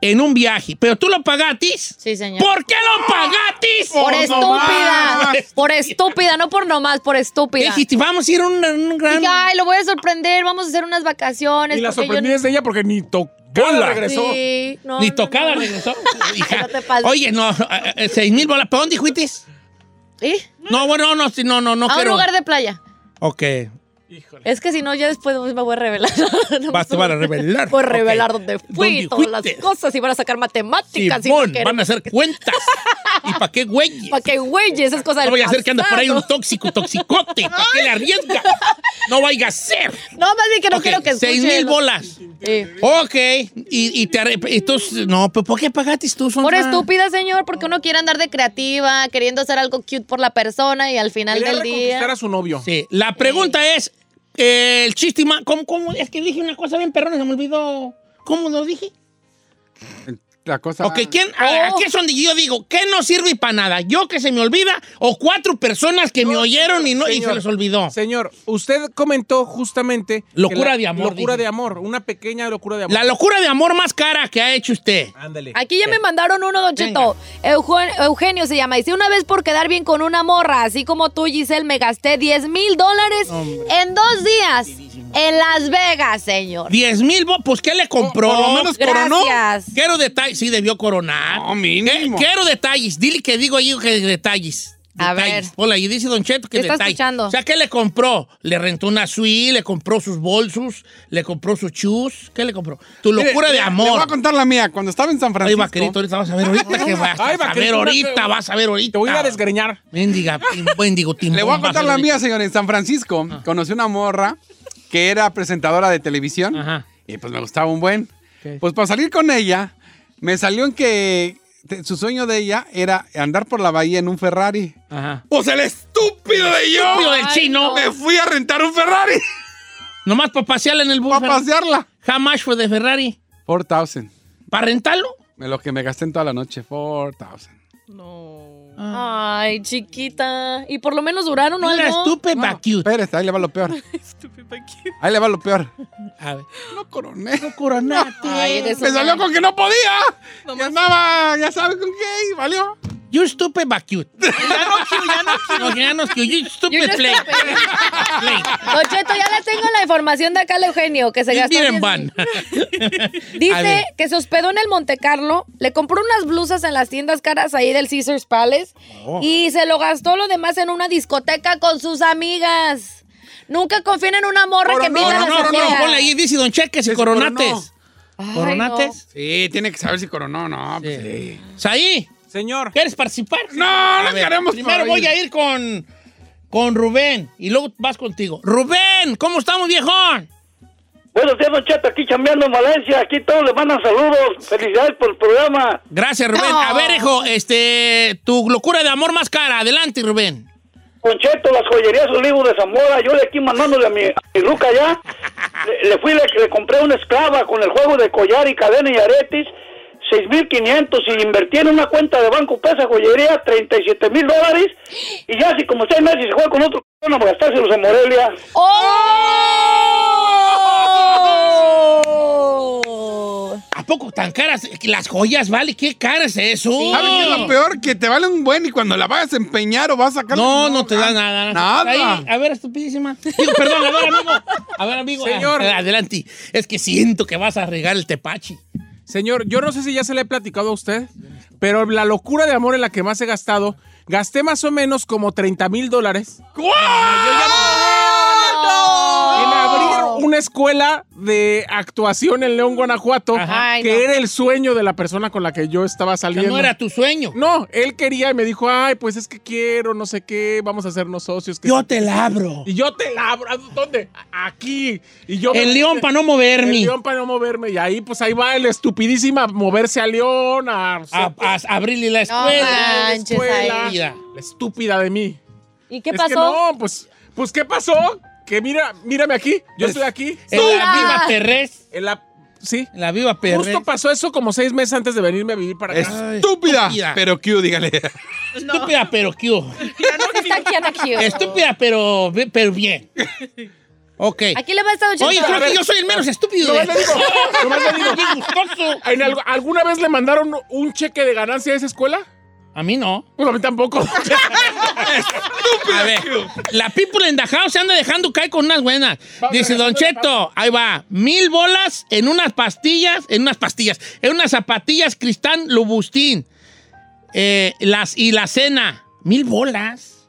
[SPEAKER 1] en un viaje, pero tú lo pagatis.
[SPEAKER 5] Sí, señor.
[SPEAKER 1] ¿Por qué lo pagatis?
[SPEAKER 5] Por estúpida.
[SPEAKER 1] nomás.
[SPEAKER 5] por estúpida, no por nomás, por estúpida.
[SPEAKER 1] Dijiste, vamos a ir a un, un gran...
[SPEAKER 5] Dije, ay, lo voy a sorprender, vamos a hacer unas vacaciones.
[SPEAKER 7] Y la
[SPEAKER 5] porque yo
[SPEAKER 7] sorprendí es de ella porque ni tocó.
[SPEAKER 5] no-
[SPEAKER 7] regresó.
[SPEAKER 5] Sí, no,
[SPEAKER 1] Ni
[SPEAKER 5] no,
[SPEAKER 1] tocada
[SPEAKER 5] no.
[SPEAKER 1] regresó.
[SPEAKER 5] No te pases.
[SPEAKER 1] Oye, no, 6 mil bolas. ¿Para dónde dijiste?
[SPEAKER 5] ¿Eh?
[SPEAKER 1] No, bueno, no, sí, no, no, no
[SPEAKER 5] A un
[SPEAKER 1] quiero.
[SPEAKER 5] lugar de playa.
[SPEAKER 1] Ok.
[SPEAKER 5] Es que si no, ya después me voy a revelar. No
[SPEAKER 1] Vas- te van a revelar.
[SPEAKER 5] Voy a
[SPEAKER 1] Ok.
[SPEAKER 5] revelar dónde fui,
[SPEAKER 1] ¿Dónde
[SPEAKER 5] todas las
[SPEAKER 1] fuiste?
[SPEAKER 5] cosas, y van a sacar matemáticas. y
[SPEAKER 1] Simón,
[SPEAKER 5] no
[SPEAKER 1] van a hacer cuentas. ¿Y para qué güey?
[SPEAKER 5] Para que güey, esas cosas
[SPEAKER 1] No
[SPEAKER 5] del
[SPEAKER 1] voy a hacer que anda por ahí un
[SPEAKER 5] pasado.
[SPEAKER 1] tóxico, toxicote. ¿Para qué le arriesgas? No vaya a ser.
[SPEAKER 5] No, más bien que no quiero que escuche.
[SPEAKER 1] Seis mil bolas.
[SPEAKER 5] Eh,
[SPEAKER 1] Ok. Y, y te arrep- entonces, no, pero ¿por qué pagaste tú?
[SPEAKER 5] Por
[SPEAKER 1] Sandra?
[SPEAKER 5] estúpida, señor, porque uno quiere andar de creativa, queriendo hacer algo cute por la persona y al final
[SPEAKER 7] Quería
[SPEAKER 5] del día.
[SPEAKER 7] reconquistar a su novio.
[SPEAKER 1] Sí. La pregunta es, eh, el chiste más... ¿cómo, cómo? Es que dije una cosa bien perrona, se me olvidó. ¿Cómo lo dije?
[SPEAKER 6] La cosa...
[SPEAKER 1] Ok, ¿quién, Ah, a,
[SPEAKER 5] Oh.
[SPEAKER 1] aquí es donde yo digo, ¿qué no sirve para nada? ¿Yo que se me olvida o cuatro personas que me oyeron y, no, y se
[SPEAKER 7] señor.
[SPEAKER 1] les olvidó?
[SPEAKER 7] Señor, usted comentó justamente. que
[SPEAKER 1] Locura de amor,
[SPEAKER 7] Locura
[SPEAKER 1] dije.
[SPEAKER 7] de amor. Una pequeña locura de amor.
[SPEAKER 1] La locura de amor más cara que ha hecho usted.
[SPEAKER 7] Ándale.
[SPEAKER 5] Aquí ya me mandaron uno, Don Cheto. Eugen- Eugenio se llama. Dice, una vez por quedar bien con una morra, así como tú, Giselle, me gasté 10 mil dólares en dos días en Las Vegas, señor.
[SPEAKER 1] 10 mil, bo- pues ¿qué le compró?
[SPEAKER 6] Por lo menos coronó.
[SPEAKER 5] Gracias.
[SPEAKER 1] Quiero detalles. Sí, debió coronar.
[SPEAKER 6] No, mínimo.
[SPEAKER 1] Quiero detalles. Dile que digo ahí que detalles.
[SPEAKER 5] A
[SPEAKER 1] Detalles.
[SPEAKER 5] ver.
[SPEAKER 1] Hola, y dice Don Cheto que
[SPEAKER 5] ¿Qué está
[SPEAKER 1] detalles.
[SPEAKER 5] escuchando?
[SPEAKER 1] O sea, ¿qué le compró? Le rentó una suite, le compró sus bolsos, le compró sus chus. ¿Qué le compró? Tu
[SPEAKER 6] Mire,
[SPEAKER 1] locura de
[SPEAKER 6] le- Le voy a
[SPEAKER 1] amor.
[SPEAKER 6] contar la mía. Cuando estaba en San
[SPEAKER 1] Ay,
[SPEAKER 6] Francisco...
[SPEAKER 1] vaquerito, ahorita vas a ver ahorita que vas
[SPEAKER 7] Ay,
[SPEAKER 1] a ver
[SPEAKER 7] vaquerito,
[SPEAKER 1] ahorita,
[SPEAKER 7] te-
[SPEAKER 1] vas a ver ahorita.
[SPEAKER 7] Te voy a ir a desgreñar.
[SPEAKER 1] Mendiga, pim- mendigo, timbón,
[SPEAKER 6] Ah. Le voy a
[SPEAKER 1] vas
[SPEAKER 6] contar
[SPEAKER 1] ver
[SPEAKER 6] la
[SPEAKER 1] ahorita.
[SPEAKER 6] mía, señor. En San Francisco conocí una morra que era presentadora de televisión.
[SPEAKER 1] Ajá.
[SPEAKER 6] Y pues me gustaba un buen.
[SPEAKER 1] Ok.
[SPEAKER 6] Pues para salir con ella, me salió en que te- su sueño de ella era andar por la bahía en un Ferrari.
[SPEAKER 1] Ajá.
[SPEAKER 6] Pues el estúpido de yo.
[SPEAKER 1] Estúpido del chino.
[SPEAKER 6] Me fui a rentar un Ferrari
[SPEAKER 1] Nomás para pasearla en el bus.
[SPEAKER 6] para pasearla.
[SPEAKER 1] Jamás fue de Ferrari.
[SPEAKER 6] 4000.
[SPEAKER 1] ¿Para rentarlo?
[SPEAKER 6] Lo que me gasté en toda la noche, 4000.
[SPEAKER 9] No.
[SPEAKER 5] Ay, chiquita. Y por lo menos duraron o
[SPEAKER 1] Una
[SPEAKER 5] algo.
[SPEAKER 1] estúpida cute.
[SPEAKER 6] Espérate, ahí le va lo peor. Ahí le va lo peor.
[SPEAKER 1] A ver.
[SPEAKER 6] No coroné.
[SPEAKER 1] No coronaste.
[SPEAKER 5] Ay, eres
[SPEAKER 6] Me
[SPEAKER 5] una-
[SPEAKER 6] salió con que no podía. Ya andaba, ya sabes con qué, y valió.
[SPEAKER 1] You stupid but cute. No, ya no cute. You
[SPEAKER 5] Yo
[SPEAKER 1] stupid
[SPEAKER 5] no
[SPEAKER 1] play.
[SPEAKER 5] estuve.
[SPEAKER 1] Play.
[SPEAKER 5] Don Cheto, ya le tengo la información de acá al Eugenio, que se
[SPEAKER 1] You
[SPEAKER 5] gastó.
[SPEAKER 1] didn't
[SPEAKER 5] 10,000.
[SPEAKER 1] ban. A ver.
[SPEAKER 5] Dice que se hospedó en el Monte Carlo, le compró unas blusas en las tiendas caras ahí del Caesars Palace
[SPEAKER 1] Oh.
[SPEAKER 5] y se lo gastó lo demás en una discoteca con sus amigas. Nunca confíen en una morra que
[SPEAKER 1] No,
[SPEAKER 5] pide a
[SPEAKER 1] no,
[SPEAKER 5] las
[SPEAKER 1] no, no,
[SPEAKER 5] amigas.
[SPEAKER 1] ponle ahí, dice Don Cheque, si
[SPEAKER 6] Sí, coronó.
[SPEAKER 1] coronates.
[SPEAKER 5] Ay,
[SPEAKER 1] ¿Coronates?
[SPEAKER 6] Sí, tiene que saber si coronó no. pues, sí.
[SPEAKER 1] ¿Saí?
[SPEAKER 7] Señor.
[SPEAKER 1] ¿Quieres participar?
[SPEAKER 6] No, no
[SPEAKER 1] A ver,
[SPEAKER 6] queremos
[SPEAKER 1] Primero
[SPEAKER 6] por ahí.
[SPEAKER 1] voy a ir con, con Rubén y luego vas contigo. Rubén, ¿cómo estamos, viejón?
[SPEAKER 11] Buenos días, Don Cheto, aquí chambeando en Valencia, aquí todos les mandan saludos, felicidades por el programa.
[SPEAKER 1] Gracias, Rubén.
[SPEAKER 5] No.
[SPEAKER 1] A ver, hijo, este, tu locura de amor más cara. Adelante, Rubén.
[SPEAKER 11] Don Cheto, las joyerías Olivo de Zamora, yo de aquí mandándole a mi, a mi ruca ya, le, le fui, le, le compré una esclava con el juego de collar y cadena y aretes, 6.500 y invertí en una cuenta de banco para esa joyería, 37 mil dólares, y ya si como seis meses se juega con otro, no a gastárselos en Morelia.
[SPEAKER 5] ¡Oh!
[SPEAKER 1] ¿A poco tan caras? Las joyas, ¿vale? ¿Qué cara es ¿eh? eso?
[SPEAKER 6] ¿Sabes qué es lo peor? Que te vale un buen y cuando la vayas a empeñar o vas a sacar.
[SPEAKER 1] No, no te da nada.
[SPEAKER 6] ah, Nada.
[SPEAKER 1] Ahí, a ver, estupidísima. Digo, perdón, a ver, amigo. A ver, amigo.
[SPEAKER 7] Señor.
[SPEAKER 1] Ah, Adelante. Es que siento que vas a regar el tepachi.
[SPEAKER 7] Señor, yo no sé si ya se le he platicado a usted, pero la locura de amor en la que más he gastado, gasté más o menos como 30 mil dólares en abrir una escuela de actuación en León, Guanajuato,
[SPEAKER 1] Ajá.
[SPEAKER 5] Ay,
[SPEAKER 7] que
[SPEAKER 5] no.
[SPEAKER 7] era el sueño de la persona con la que yo estaba
[SPEAKER 1] Que
[SPEAKER 7] saliendo.
[SPEAKER 1] no era tu sueño.
[SPEAKER 7] No, él quería y me dijo, ay, pues es que quiero, no sé qué, vamos a hacernos socios. que-
[SPEAKER 1] Yo te la abro.
[SPEAKER 7] Y yo te la abro, ¿a ¿dónde? A- Aquí. Y yo
[SPEAKER 1] El león para no
[SPEAKER 7] El
[SPEAKER 1] moverme.
[SPEAKER 7] león para no moverme. Y ahí, pues ahí va el estupidísima a moverse a león, a...
[SPEAKER 1] A, a- a abrirle la
[SPEAKER 5] No
[SPEAKER 1] escuela.
[SPEAKER 5] manches,
[SPEAKER 7] escuela.
[SPEAKER 5] ay.
[SPEAKER 1] Mira.
[SPEAKER 7] La estúpida de mí.
[SPEAKER 5] ¿Y qué
[SPEAKER 7] Es
[SPEAKER 5] pasó?
[SPEAKER 7] que no, pues, pues, ¿qué pasó? Que mira, mírame aquí. Yo
[SPEAKER 1] Pues,
[SPEAKER 7] estoy aquí.
[SPEAKER 1] En la
[SPEAKER 5] Ah.
[SPEAKER 1] viva Perrés.
[SPEAKER 7] En la... Sí.
[SPEAKER 1] En la viva Perrés.
[SPEAKER 7] Justo pasó eso como seis meses antes de venirme a vivir para acá.
[SPEAKER 6] Estúpida.
[SPEAKER 1] estúpida.
[SPEAKER 6] Pero Q, dígale.
[SPEAKER 1] Estúpida, pero qué hubo.
[SPEAKER 5] Está aquí, Ana Q.
[SPEAKER 1] Estúpida, pero, pero bien. Ok.
[SPEAKER 5] Aquí le va a estar Don
[SPEAKER 1] Oye,
[SPEAKER 5] Cheto.
[SPEAKER 1] creo que yo soy el menos estúpido.
[SPEAKER 7] Nomás
[SPEAKER 1] de-
[SPEAKER 7] le digo, nomás le digo,
[SPEAKER 1] Qué gustoso.
[SPEAKER 7] ¿en algo- ¿Alguna vez le mandaron un cheque de ganancia a esa escuela?
[SPEAKER 1] A mí no.
[SPEAKER 7] Pues a mí tampoco.
[SPEAKER 1] A ver, la people en the house se anda dejando caer con unas buenas. Dice Don Cheto, ahí va, mil bolas en unas pastillas, en unas pastillas, en unas zapatillas Cristán Lubustín. Eh, las, y la cena, mil bolas.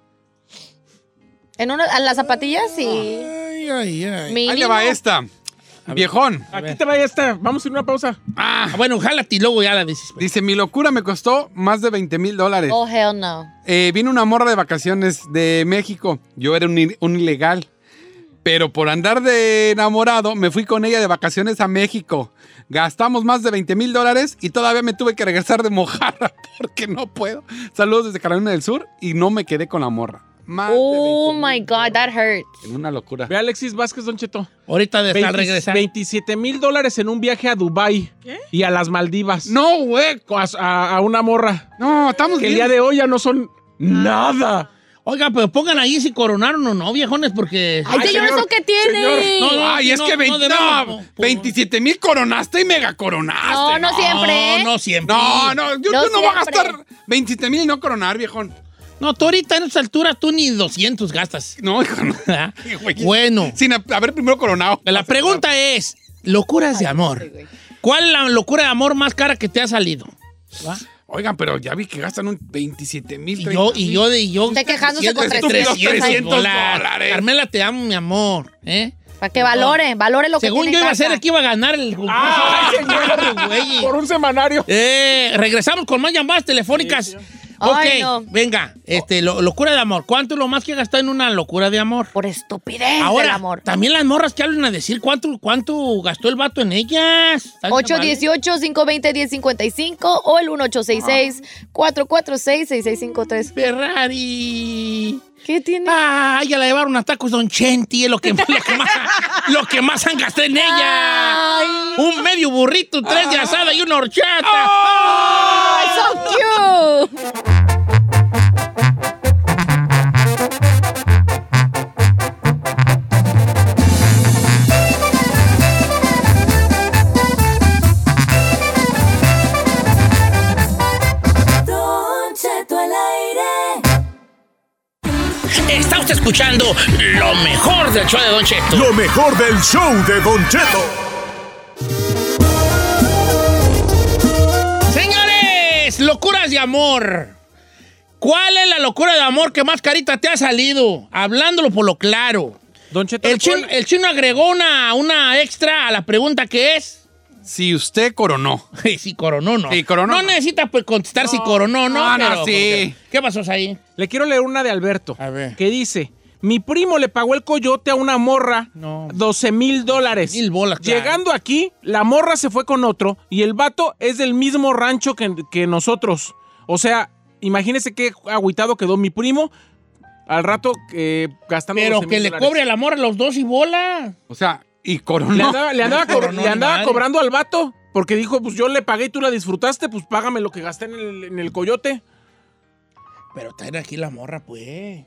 [SPEAKER 5] En una, a las zapatillas sí.
[SPEAKER 1] Ay, ay, ay.
[SPEAKER 5] Mínimo.
[SPEAKER 6] Ahí le va esta. Viejón.
[SPEAKER 7] Aquí te vaya esta. Vamos a ir a una pausa.
[SPEAKER 1] Ah, bueno, jálate y luego ya la dices. pues.
[SPEAKER 6] Dice, mi locura me costó más de 20 mil dólares.
[SPEAKER 5] Oh, hell no.
[SPEAKER 6] Eh, vino una morra de vacaciones de México. Yo era un, i- un ilegal. Pero por andar de enamorado, me fui con ella de vacaciones a México. Gastamos más de 20 mil dólares y todavía me tuve que regresar de mojarra porque no puedo. Saludos desde Carolina del Sur y no me quedé con la morra. Más de
[SPEAKER 5] Oh
[SPEAKER 6] 20,000
[SPEAKER 5] my God, that hurts.
[SPEAKER 6] En una locura.
[SPEAKER 7] Ve a Alexis Vázquez, Don Cheto.
[SPEAKER 1] Ahorita de estar
[SPEAKER 7] 20
[SPEAKER 1] regresando.
[SPEAKER 7] 27 mil dólares en un viaje a Dubai y a las Maldivas.
[SPEAKER 6] No, güey.
[SPEAKER 7] A, a- a una morra.
[SPEAKER 6] No, estamos
[SPEAKER 7] Que el
[SPEAKER 6] bien.
[SPEAKER 7] día de hoy ya no son nada.
[SPEAKER 1] Oiga, pero pongan ahí si coronaron o no, viejones, porque...
[SPEAKER 5] Ay, señor,
[SPEAKER 7] señor,
[SPEAKER 5] ¿eso qué tiene?
[SPEAKER 7] señor,
[SPEAKER 1] no, no,
[SPEAKER 6] Ay, es que
[SPEAKER 1] no
[SPEAKER 6] 20,
[SPEAKER 1] debemos, po- po-
[SPEAKER 6] 27 mil coronaste y mega coronaste.
[SPEAKER 5] No, no siempre, ¿eh?
[SPEAKER 1] No, no siempre.
[SPEAKER 6] No, no, yo,
[SPEAKER 5] No
[SPEAKER 6] tú no voy a
[SPEAKER 5] siempre.
[SPEAKER 6] gastar 27 mil y no coronar, viejón.
[SPEAKER 1] No, tú ahorita en esta altura tú ni 200 gastas.
[SPEAKER 6] No, hijo, no.
[SPEAKER 1] ¿verdad?
[SPEAKER 6] Güey,
[SPEAKER 1] Bueno,
[SPEAKER 6] Sin a- haber primero coronado.
[SPEAKER 1] la pregunta es, locuras de amor. ¿Cuál es la locura de amor más cara que te ha salido? ¿Va?
[SPEAKER 6] Oigan, pero ya vi que gastan un 27 mil.
[SPEAKER 1] Y yo, y yo, y yo.
[SPEAKER 5] Está quejándose con
[SPEAKER 1] 300,
[SPEAKER 6] 300
[SPEAKER 1] dólares.
[SPEAKER 6] dólares.
[SPEAKER 1] Carmela, te amo, mi amor. ¿eh?
[SPEAKER 5] Para que valore, valore lo
[SPEAKER 1] Según yo
[SPEAKER 5] que tiene en
[SPEAKER 1] iba a
[SPEAKER 5] casa.
[SPEAKER 1] ser el que iba a ganar
[SPEAKER 6] Ah.
[SPEAKER 1] el concurso.
[SPEAKER 7] Ay,
[SPEAKER 1] Estos güeyes.
[SPEAKER 7] Por un semanario.
[SPEAKER 1] Eh, regresamos con más llamadas telefónicas. ok,
[SPEAKER 5] Ay, no.
[SPEAKER 1] venga, este, lo- locura de amor. ¿Cuánto es lo más que gastado en una locura de amor?
[SPEAKER 5] Por estupidez
[SPEAKER 1] Ahora,
[SPEAKER 5] Pues, del amor.
[SPEAKER 1] también las morras que hablan a decir cuánto, cuánto gastó el vato en ellas.
[SPEAKER 5] 818-520-1055 o el 1866-446-6653.
[SPEAKER 1] Ferrari.
[SPEAKER 5] ¿Qué tiene?
[SPEAKER 1] Ah, ya la llevaron a tacos Don Chenti, es lo que, lo que más, lo que más han gastado en ella.
[SPEAKER 5] ¡Ay!
[SPEAKER 1] Un medio burrito, tres de asada y una horchata.
[SPEAKER 5] ¡Ay, so cute!
[SPEAKER 1] escuchando lo mejor del show de Don Cheto.
[SPEAKER 2] Lo mejor del show de Don Cheto.
[SPEAKER 1] Señores, locuras de amor. ¿Cuál es la locura de amor que más carita te ha salido? Hablándolo por lo claro.
[SPEAKER 7] Don
[SPEAKER 1] el, chino, el chino agregó una, una extra a la pregunta que es.
[SPEAKER 6] Si usted coronó.
[SPEAKER 1] si coronó, no.
[SPEAKER 6] Si
[SPEAKER 1] No
[SPEAKER 6] coronó.
[SPEAKER 1] necesita pues, contestar si coronó, no.
[SPEAKER 6] No,
[SPEAKER 1] pero-
[SPEAKER 6] no, sí.
[SPEAKER 1] ¿Qué pasó ahí?
[SPEAKER 7] Le quiero leer una de Alberto. Que dice: Mi primo le pagó el coyote a una morra 12 mil dólares. Mil
[SPEAKER 1] bolas, claro.
[SPEAKER 7] Llegando aquí, la morra se fue con otro y el vato es del mismo rancho que, que nosotros. O sea, imagínese qué agüitado quedó mi primo al rato eh, gastando
[SPEAKER 1] Pero
[SPEAKER 7] 12,000
[SPEAKER 1] que le
[SPEAKER 7] dólares.
[SPEAKER 1] cobre al amor a los dos y bola.
[SPEAKER 6] O sea, y coronó.
[SPEAKER 7] Le andaba, le andaba co-
[SPEAKER 1] Coronó
[SPEAKER 7] le
[SPEAKER 1] ni
[SPEAKER 7] andaba
[SPEAKER 1] madre.
[SPEAKER 7] cobrando al vato porque dijo: Pues yo le pagué y tú la disfrutaste, pues págame lo que gasté en el, en el coyote.
[SPEAKER 1] Pero traer aquí la morra, pues.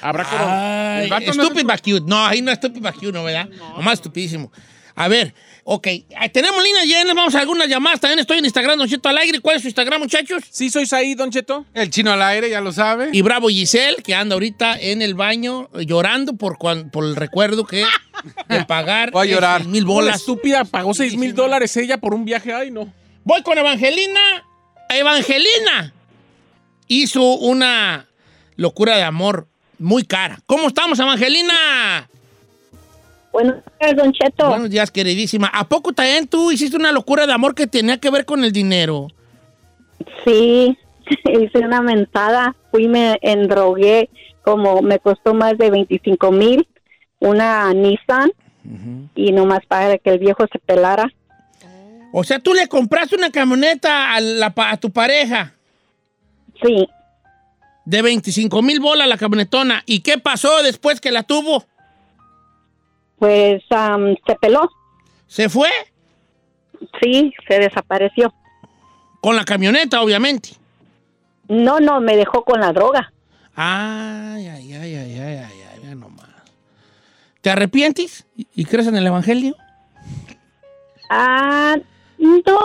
[SPEAKER 7] Habrá coronado.
[SPEAKER 1] Ay,
[SPEAKER 7] El vato no es
[SPEAKER 1] Stupid but cute. No, ahí no es stupid but cute, no, ¿verdad? Nomás estupidísimo. A ver, ok. Ah, Tenemos línea llena, vamos a algunas llamadas. También estoy en Instagram, Don Cheto al aire. ¿Cuál es su Instagram, muchachos?
[SPEAKER 7] Sí, sois ahí, Don Cheto.
[SPEAKER 6] El chino al aire, ya lo sabe.
[SPEAKER 1] Y Bravo Giselle, que anda ahorita en el baño eh, llorando por, cuan- por el recuerdo que de pagar
[SPEAKER 6] Voy a llorar.
[SPEAKER 1] esas mil
[SPEAKER 7] Bola
[SPEAKER 1] bolas.
[SPEAKER 7] estúpida, pagó 6 mil dólares ella por un viaje. Ay, no.
[SPEAKER 1] Voy con Evangelina. Evangelina hizo una locura de amor muy cara. ¿Cómo estamos, Evangelina?
[SPEAKER 12] Buenos días, Don Cheto.
[SPEAKER 1] Buenos días, queridísima. ¿A poco también tú hiciste una locura de amor que tenía que ver con el dinero?
[SPEAKER 12] Sí, hice una mentada. Fui, me endrogué. Como me costó más de 25 mil una Nissan. Y nomás para que el viejo se pelara.
[SPEAKER 1] O sea, tú le compraste una camioneta a, la pa- a tu pareja.
[SPEAKER 12] Sí.
[SPEAKER 1] De 25 mil bolas la camionetona. ¿Y qué pasó después que la tuvo?
[SPEAKER 12] Pues am, se peló.
[SPEAKER 1] ¿Se fue?
[SPEAKER 12] Sí, se desapareció.
[SPEAKER 1] Con la camioneta, obviamente.
[SPEAKER 12] No, no, me dejó con la droga.
[SPEAKER 1] Ay, ay, ay, ay, ay, ay, ay, vea nomás. ¿Te arrepientes y y crees en el Evangelio?
[SPEAKER 12] Ah, no,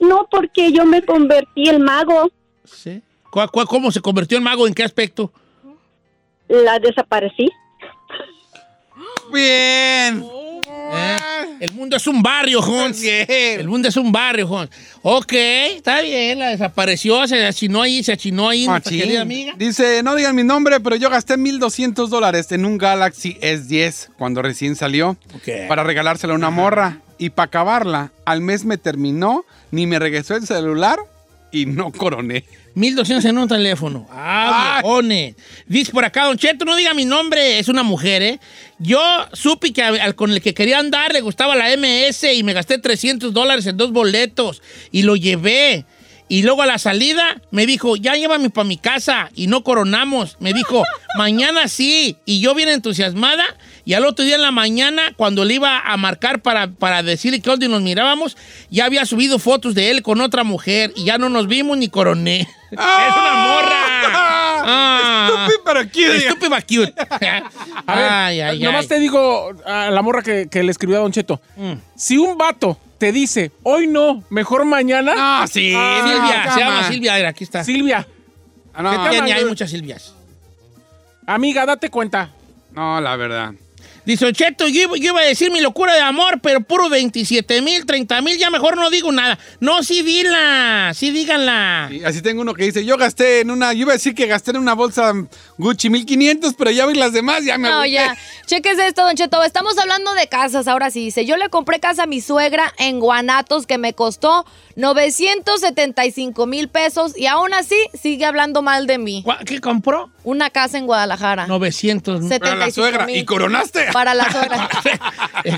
[SPEAKER 12] no, porque yo me convertí en mago.
[SPEAKER 1] Sí. ¿Cuá- cuá- ¿Cómo se convirtió en mago? ¿En qué aspecto?
[SPEAKER 12] La desaparecí.
[SPEAKER 6] Bien.
[SPEAKER 1] ¿Eh? El mundo es un barrio, Jones. El mundo es un barrio, Jones. Ok, está bien, la desapareció, se achinó ahí, se achinó ahí, nuestra
[SPEAKER 6] Machín.
[SPEAKER 1] querida amiga.
[SPEAKER 6] Dice, no digan mi nombre, pero yo gasté 1.200 dólares en un Galaxy S10 cuando recién salió para regalársela a una morra. Y para acabarla, al mes me terminó, ni me regresó el celular y no coroné.
[SPEAKER 1] 1200 en un teléfono. Ah, viejones. Dice por acá, Don Cheto, no diga mi nombre, es una mujer, ¿eh? Yo supe que a- al con el que quería andar le gustaba la MS y me gasté 300 dólares en dos boletos y lo llevé. Y luego a la salida me dijo, ya llévame para mi casa y no coronamos. Me dijo, mañana sí. Y yo bien entusiasmada. Y al otro día en la mañana, cuando le iba a marcar para, para decirle que dónde nos mirábamos, ya había subido fotos de él con otra mujer y ya no nos vimos ni coroné. ¡Es una morra! Ah.
[SPEAKER 6] Estúpido, pero cute.
[SPEAKER 1] Estúpido, but cute.
[SPEAKER 7] A ver,
[SPEAKER 1] ay, ay,
[SPEAKER 7] nomás
[SPEAKER 1] ay. Mm.
[SPEAKER 7] te digo a la morra que, que le escribió a Don Cheto. Si un vato te dice, hoy no, mejor mañana.
[SPEAKER 6] Ah, sí.
[SPEAKER 1] Silvia,
[SPEAKER 7] no,
[SPEAKER 1] se
[SPEAKER 7] cama.
[SPEAKER 1] llama Silvia, a ver, aquí está.
[SPEAKER 7] Silvia,
[SPEAKER 6] Ah, no.
[SPEAKER 1] ¿Qué tiene?
[SPEAKER 7] cama,
[SPEAKER 1] Hay
[SPEAKER 7] yo-
[SPEAKER 1] muchas Silvias.
[SPEAKER 7] amiga, date cuenta.
[SPEAKER 6] No, la verdad.
[SPEAKER 1] Dice, "Don Cheto, yo, iba- yo iba a decir mi locura de amor, pero puro 27 mil, 30 mil, ya mejor no digo nada. No, sí, dila, sí, díganla.
[SPEAKER 6] Y así tengo uno que dice, yo gasté en una, yo iba a decir que gasté en una bolsa Gucci 1.500, pero ya vi las demás, ya me
[SPEAKER 5] No,
[SPEAKER 6] agüité".
[SPEAKER 5] ya. Cheques esto, Don Cheto. Estamos hablando de casas. Ahora sí dice: Yo le compré casa a mi suegra en Guanatos que me costó 975 mil pesos y aún así sigue hablando mal de mí.
[SPEAKER 1] ¿Cuá- ¿Qué compró?
[SPEAKER 5] Una casa en Guadalajara.
[SPEAKER 1] 900 Ah. mil.
[SPEAKER 5] 75 mil. Para la suegra.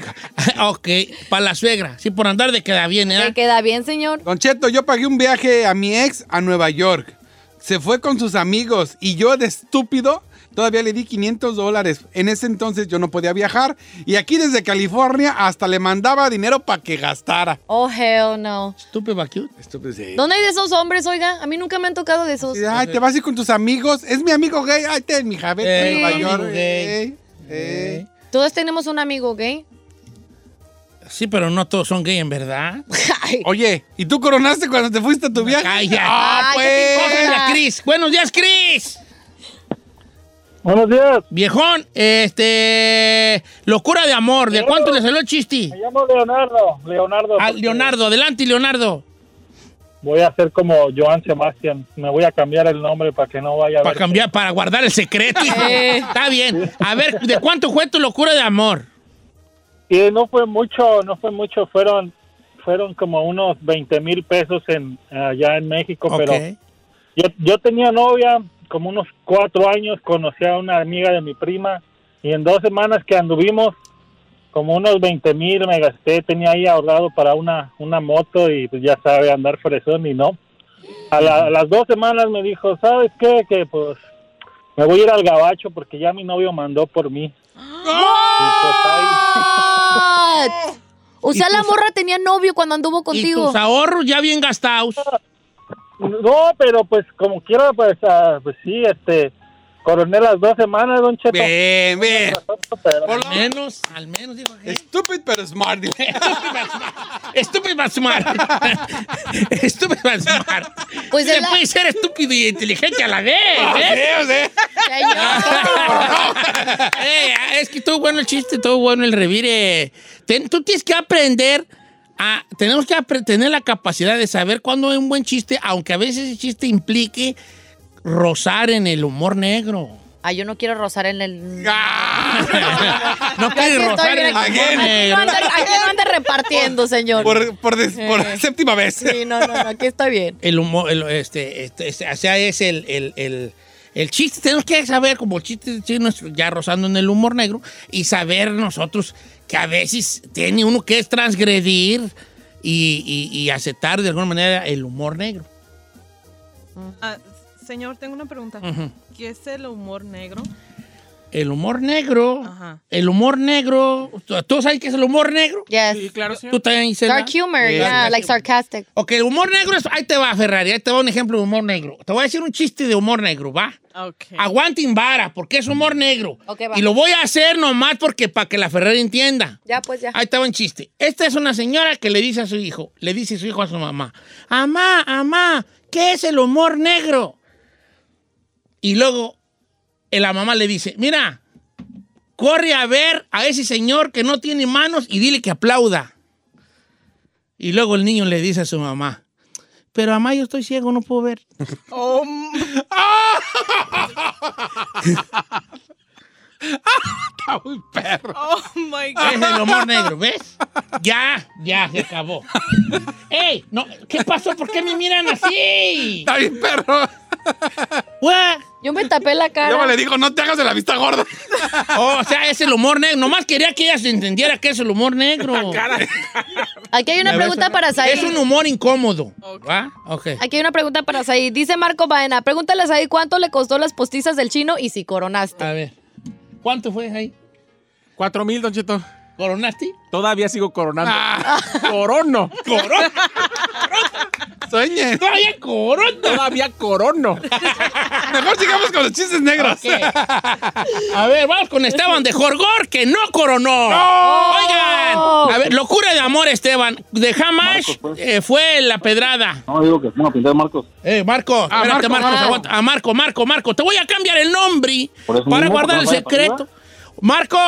[SPEAKER 1] ok, para la suegra. Sí, por andar de queda bien, ¿eh?
[SPEAKER 5] ¿Te queda bien, señor?
[SPEAKER 6] Don Cheto, yo pagué un viaje a mi ex a Nueva York. Se fue con sus amigos y yo de estúpido todavía le di 500 dólares. En ese entonces yo no podía viajar y aquí desde California hasta le mandaba dinero para que gastara.
[SPEAKER 5] Oh, hell no.
[SPEAKER 1] Estúpido, but cute.
[SPEAKER 6] Estúpido, sí.
[SPEAKER 5] ¿Dónde hay de esos hombres, oiga? A mí nunca me han tocado de esos.
[SPEAKER 6] Ay, te vas a ir con tus amigos. Es mi amigo gay. Ay, te, mi
[SPEAKER 1] Eh,
[SPEAKER 6] jabete Nueva
[SPEAKER 1] amigo
[SPEAKER 6] York.
[SPEAKER 1] gay.
[SPEAKER 6] Ey, ey.
[SPEAKER 5] Todos tenemos un amigo gay.
[SPEAKER 1] Sí, pero no todos son gay, en verdad.
[SPEAKER 6] Oye, ¿y tú coronaste cuando te fuiste a tu viaje?
[SPEAKER 1] Calla.
[SPEAKER 6] Ah,
[SPEAKER 5] Ay, ¿qué te
[SPEAKER 6] pues.
[SPEAKER 5] importa?
[SPEAKER 1] Hola, Cris. Buenos días, Cris. Buenos días. Viejón, este. Locura de amor. ¿De cuánto le salió el chiste?
[SPEAKER 7] Me llamo Leonardo. Leonardo.
[SPEAKER 1] Ah, Leonardo, adelante, Leonardo.
[SPEAKER 7] Voy a hacer como Joan Sebastián. Me voy a cambiar el nombre para que no vaya a
[SPEAKER 1] Para
[SPEAKER 7] ver-
[SPEAKER 1] cambiar, para guardar el secreto. hijo. Está bien. A ver, ¿de cuánto fue tu locura de amor?
[SPEAKER 7] Y no fue mucho, no fue mucho. Fueron fueron como unos 20 mil pesos en allá en México,
[SPEAKER 1] Ok.
[SPEAKER 7] pero yo, yo tenía novia como unos cuatro años, conocí a una amiga de mi prima y en dos semanas que anduvimos, como unos 20 mil me gasté, tenía ahí ahorrado para una, una moto y pues ya sabe andar fresón y no. A, la- a las dos semanas me dijo, ¿sabes qué? Que pues me voy a ir al gabacho porque ya mi novio mandó por mí.
[SPEAKER 1] Oh.
[SPEAKER 5] What? O sea, la morra tenía novio cuando anduvo contigo.
[SPEAKER 1] tus ahorros ya bien gastados.
[SPEAKER 7] No, pero pues como quiera, pues, ah, pues sí, este, coroné las dos semanas, don Cheto.
[SPEAKER 6] Bien, bien.
[SPEAKER 1] Al menos, al menos, dijo que.
[SPEAKER 6] Stupid pero smart. dijo.
[SPEAKER 1] Estúpido más smart. estúpido más smart.
[SPEAKER 5] Pues
[SPEAKER 1] Se
[SPEAKER 5] es la-
[SPEAKER 1] puede ser estúpido y inteligente a la vez.
[SPEAKER 6] Ah,
[SPEAKER 1] ¿eh? Eh, es que todo bueno el chiste, todo bueno el revire. Ten- tú tienes que aprender a. Tenemos que apre- tener la capacidad de saber cuándo es un buen chiste, aunque a veces ese chiste implique rozar en el humor negro.
[SPEAKER 5] Ay, Ah, yo no quiero rozar en el.
[SPEAKER 1] No quieres rozar en el humor negro.
[SPEAKER 5] Aquí no anda repartiendo, señor.
[SPEAKER 6] Por, por des- por séptima vez.
[SPEAKER 5] Sí, no, no, no, aquí estoy bien.
[SPEAKER 1] El humor, el- este, este, este, o sea, es el, el- el- el chiste. Tenemos que saber, como el chiste chino, es ya rozando en el humor negro, y saber nosotros que a veces tiene uno que es transgredir y, y- y aceptar de alguna manera el humor negro.
[SPEAKER 8] Ah, señor, tengo una pregunta.
[SPEAKER 1] Ujú.
[SPEAKER 8] ¿Qué es el humor negro?
[SPEAKER 1] El humor negro, el humor negro, ¿tú- ¿tú sabes qué es el humor negro?
[SPEAKER 5] Sí,
[SPEAKER 1] claro, ¿Tú también, Isela?
[SPEAKER 5] Dark humor,
[SPEAKER 1] Sí.
[SPEAKER 5] yeah, like sarcastic.
[SPEAKER 1] Ok, el humor negro es. Ahí te va, Ferrari. Ahí te va un ejemplo de humor negro. Te voy a decir un chiste de humor negro, ¿va? Ah, Aguanten vara, porque es humor negro.
[SPEAKER 5] Ok, va.
[SPEAKER 1] Y lo voy a hacer nomás porque para que la Ferrari entienda.
[SPEAKER 5] Ya, pues ya.
[SPEAKER 1] Ahí estaba un chiste. Esta es una señora que le dice a su hijo, le dice su hijo a su mamá, mamá, mamá, ¿qué es el humor negro? Y luego eh, la mamá le dice, mira, corre a ver a ese señor que no tiene manos y dile que aplauda. Y luego el niño le dice a su mamá, pero mamá, yo estoy ciego, no puedo ver.
[SPEAKER 6] Está muy perro.
[SPEAKER 8] Oh my God.
[SPEAKER 1] Es el humor negro, ¿ves? Ya, ya, se acabó. ¡Ey! No, ¿Qué pasó? ¿Por qué me miran así? Está
[SPEAKER 6] bien, perro.
[SPEAKER 5] Yo me tapé la cara.
[SPEAKER 6] Yo le digo, no te hagas de la vista gorda.
[SPEAKER 1] Oh, o sea, es el humor negro. Nomás quería que ella se entendiera que es el humor negro.
[SPEAKER 5] Aquí hay una
[SPEAKER 1] La
[SPEAKER 5] pregunta
[SPEAKER 1] verdad,
[SPEAKER 5] para Said.
[SPEAKER 1] Es un humor incómodo. ¿Va? Ok.
[SPEAKER 5] Aquí hay una pregunta para Said. Dice Marco Baena, pregúntale a Said cuánto le costó las postizas del chino y si coronaste.
[SPEAKER 1] A ver. ¿Cuánto fue ahí?
[SPEAKER 13] Cuatro mil, Don Cheto. Ah,
[SPEAKER 1] ¿Coronaste? Ah,
[SPEAKER 13] Todavía sigo coronando. ¡Corono!
[SPEAKER 1] ¡Corono!
[SPEAKER 6] Sueñe.
[SPEAKER 1] Todavía corono.
[SPEAKER 13] Todavía corono.
[SPEAKER 6] Mejor sigamos con los chistes negros.
[SPEAKER 1] A ver, vamos con Esteban de Jorgor, que no coronó. Oigan. A ver, locura de amor, Esteban. De Hamash eh, fue la pedrada.
[SPEAKER 14] pues. No, digo que no, pintar Marcos.
[SPEAKER 1] Eh, Marco,
[SPEAKER 14] Ah,
[SPEAKER 1] espérate,
[SPEAKER 14] Marco,
[SPEAKER 1] Marcos,
[SPEAKER 14] ah.
[SPEAKER 1] aguanta. A Marco, Marco, Marco. Te voy a cambiar el nombre
[SPEAKER 14] Por eso
[SPEAKER 1] para
[SPEAKER 14] mismo,
[SPEAKER 1] guardar el
[SPEAKER 14] porque no vaya
[SPEAKER 1] secreto. Marco.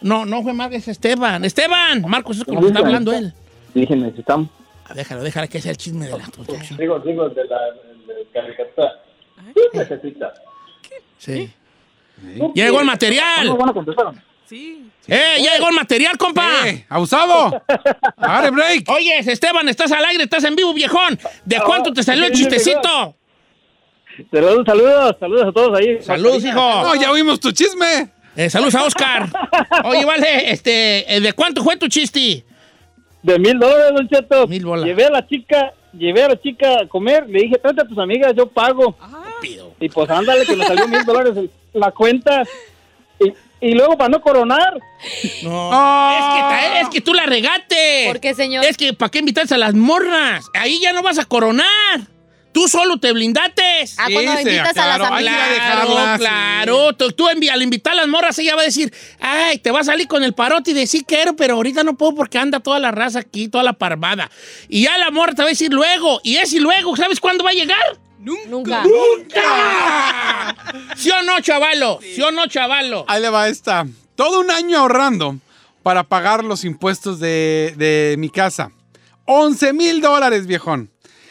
[SPEAKER 1] No, no fue Marco, es Esteban. Esteban. Marcos es como está hablando él.
[SPEAKER 14] Dígame, si estamos.
[SPEAKER 1] Ah, Déjalo, déjalo, que sea el chisme de la
[SPEAKER 14] Digo, digo, de la de caricatura. Sí, necesita.
[SPEAKER 1] Sí. Ya llegó el material.
[SPEAKER 14] Bueno, bueno, contestaron.
[SPEAKER 1] ¡Eh, ya llegó el material, compa!
[SPEAKER 6] ¡Abusado! ¡Agarre break!
[SPEAKER 1] Oye, Esteban, estás al aire, estás en vivo, viejón. ¿De cuánto te salió el
[SPEAKER 14] sí,
[SPEAKER 1] chistecito?
[SPEAKER 7] Saludos, saludos, saludos a todos ahí.
[SPEAKER 1] Saludos, hijo.
[SPEAKER 6] No, ya oímos tu chisme.
[SPEAKER 1] Eh, saludos a Oscar. Oye, vale, este, eh, ¿de cuánto fue tu chiste?
[SPEAKER 7] De mil dólares, don Cheto.
[SPEAKER 1] Mil bolas.
[SPEAKER 7] Llevé a la chica, llevé a la chica a comer, le dije, trate a tus amigas, yo pago. Y pues ándale, que me salió mil dólares en la cuenta. Y, y luego para no coronar.
[SPEAKER 1] No. Es, que, ta- es que tú la regaste. ¿Por
[SPEAKER 5] qué, señor?
[SPEAKER 1] Es que ¿para qué invitarse a las morras? Ahí ya no vas a coronar. Tú solo te blindates.
[SPEAKER 5] Ah, cuando Sí, sí, invitas a las claro, hay que amigas.
[SPEAKER 1] Claro,
[SPEAKER 5] dejarlas,
[SPEAKER 1] claro. Tú, tú envi- al invitar a las morras, ella va a decir, ay, te va a salir con el parote y decir, quiero, pero ahorita no puedo porque anda toda la raza aquí, toda la parvada. Y ya la morra te va a decir luego. Y es y luego, ¿sabes cuándo va a llegar?
[SPEAKER 5] Nunca.
[SPEAKER 6] ¡Ah!
[SPEAKER 1] ¡Nunca! ¿Sí o no, chavalo? ¿Sí o no, chavalo?
[SPEAKER 6] Ahí le va esta. Todo un año ahorrando para pagar los impuestos de, de mi casa. 11 mil dólares, viejón.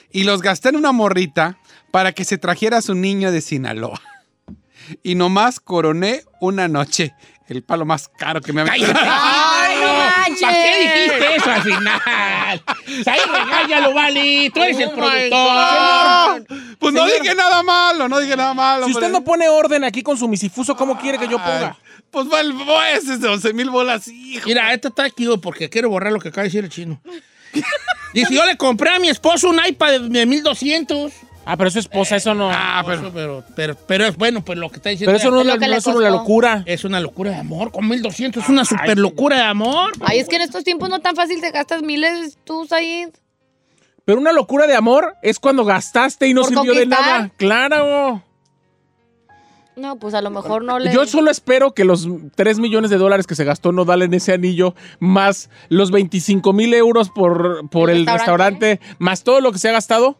[SPEAKER 6] Y los gasté en una morrita para que se trajera a su niño de Sinaloa. Y nomás coroné una noche. El palo más caro que me ha
[SPEAKER 1] ¡Cállate! ¡Ay, no manches! ¿Para qué dijiste eso al final? Saí, ya lo vale. Tú eres el
[SPEAKER 6] Oh my
[SPEAKER 1] productor.
[SPEAKER 6] Pues no dije nada malo, no dije nada malo.
[SPEAKER 7] Si usted no pone orden aquí con su misifuso, ¿cómo quiere que yo ponga?
[SPEAKER 6] Pues va el ese de 11 mil bolas, hijo.
[SPEAKER 1] Mira, esta está aquí güey, porque quiero borrar lo que acaba de decir el chino. Dice, yo le compré a mi esposo un iPad de 1200.
[SPEAKER 7] Ah, pero su esposa, eso no.
[SPEAKER 1] Ah, pero, pero, pero, es bueno, pues lo que está diciendo.
[SPEAKER 7] Pero eso no, es no es una locura.
[SPEAKER 1] Es una locura de amor, con 1200 es una super locura de amor.
[SPEAKER 5] Ay, es que en estos tiempos no tan fácil te gastas miles tú, Said.
[SPEAKER 7] Pero una locura de amor es cuando gastaste y no
[SPEAKER 5] Por
[SPEAKER 7] sirvió
[SPEAKER 5] conquistar.
[SPEAKER 7] de nada. Claro.
[SPEAKER 5] No, pues a lo mejor no le.
[SPEAKER 7] Yo solo espero que los 3 millones de dólares que se gastó no en ese anillo, más los 25 mil euros por, por
[SPEAKER 5] El
[SPEAKER 7] el restaurante. más todo lo que se ha gastado.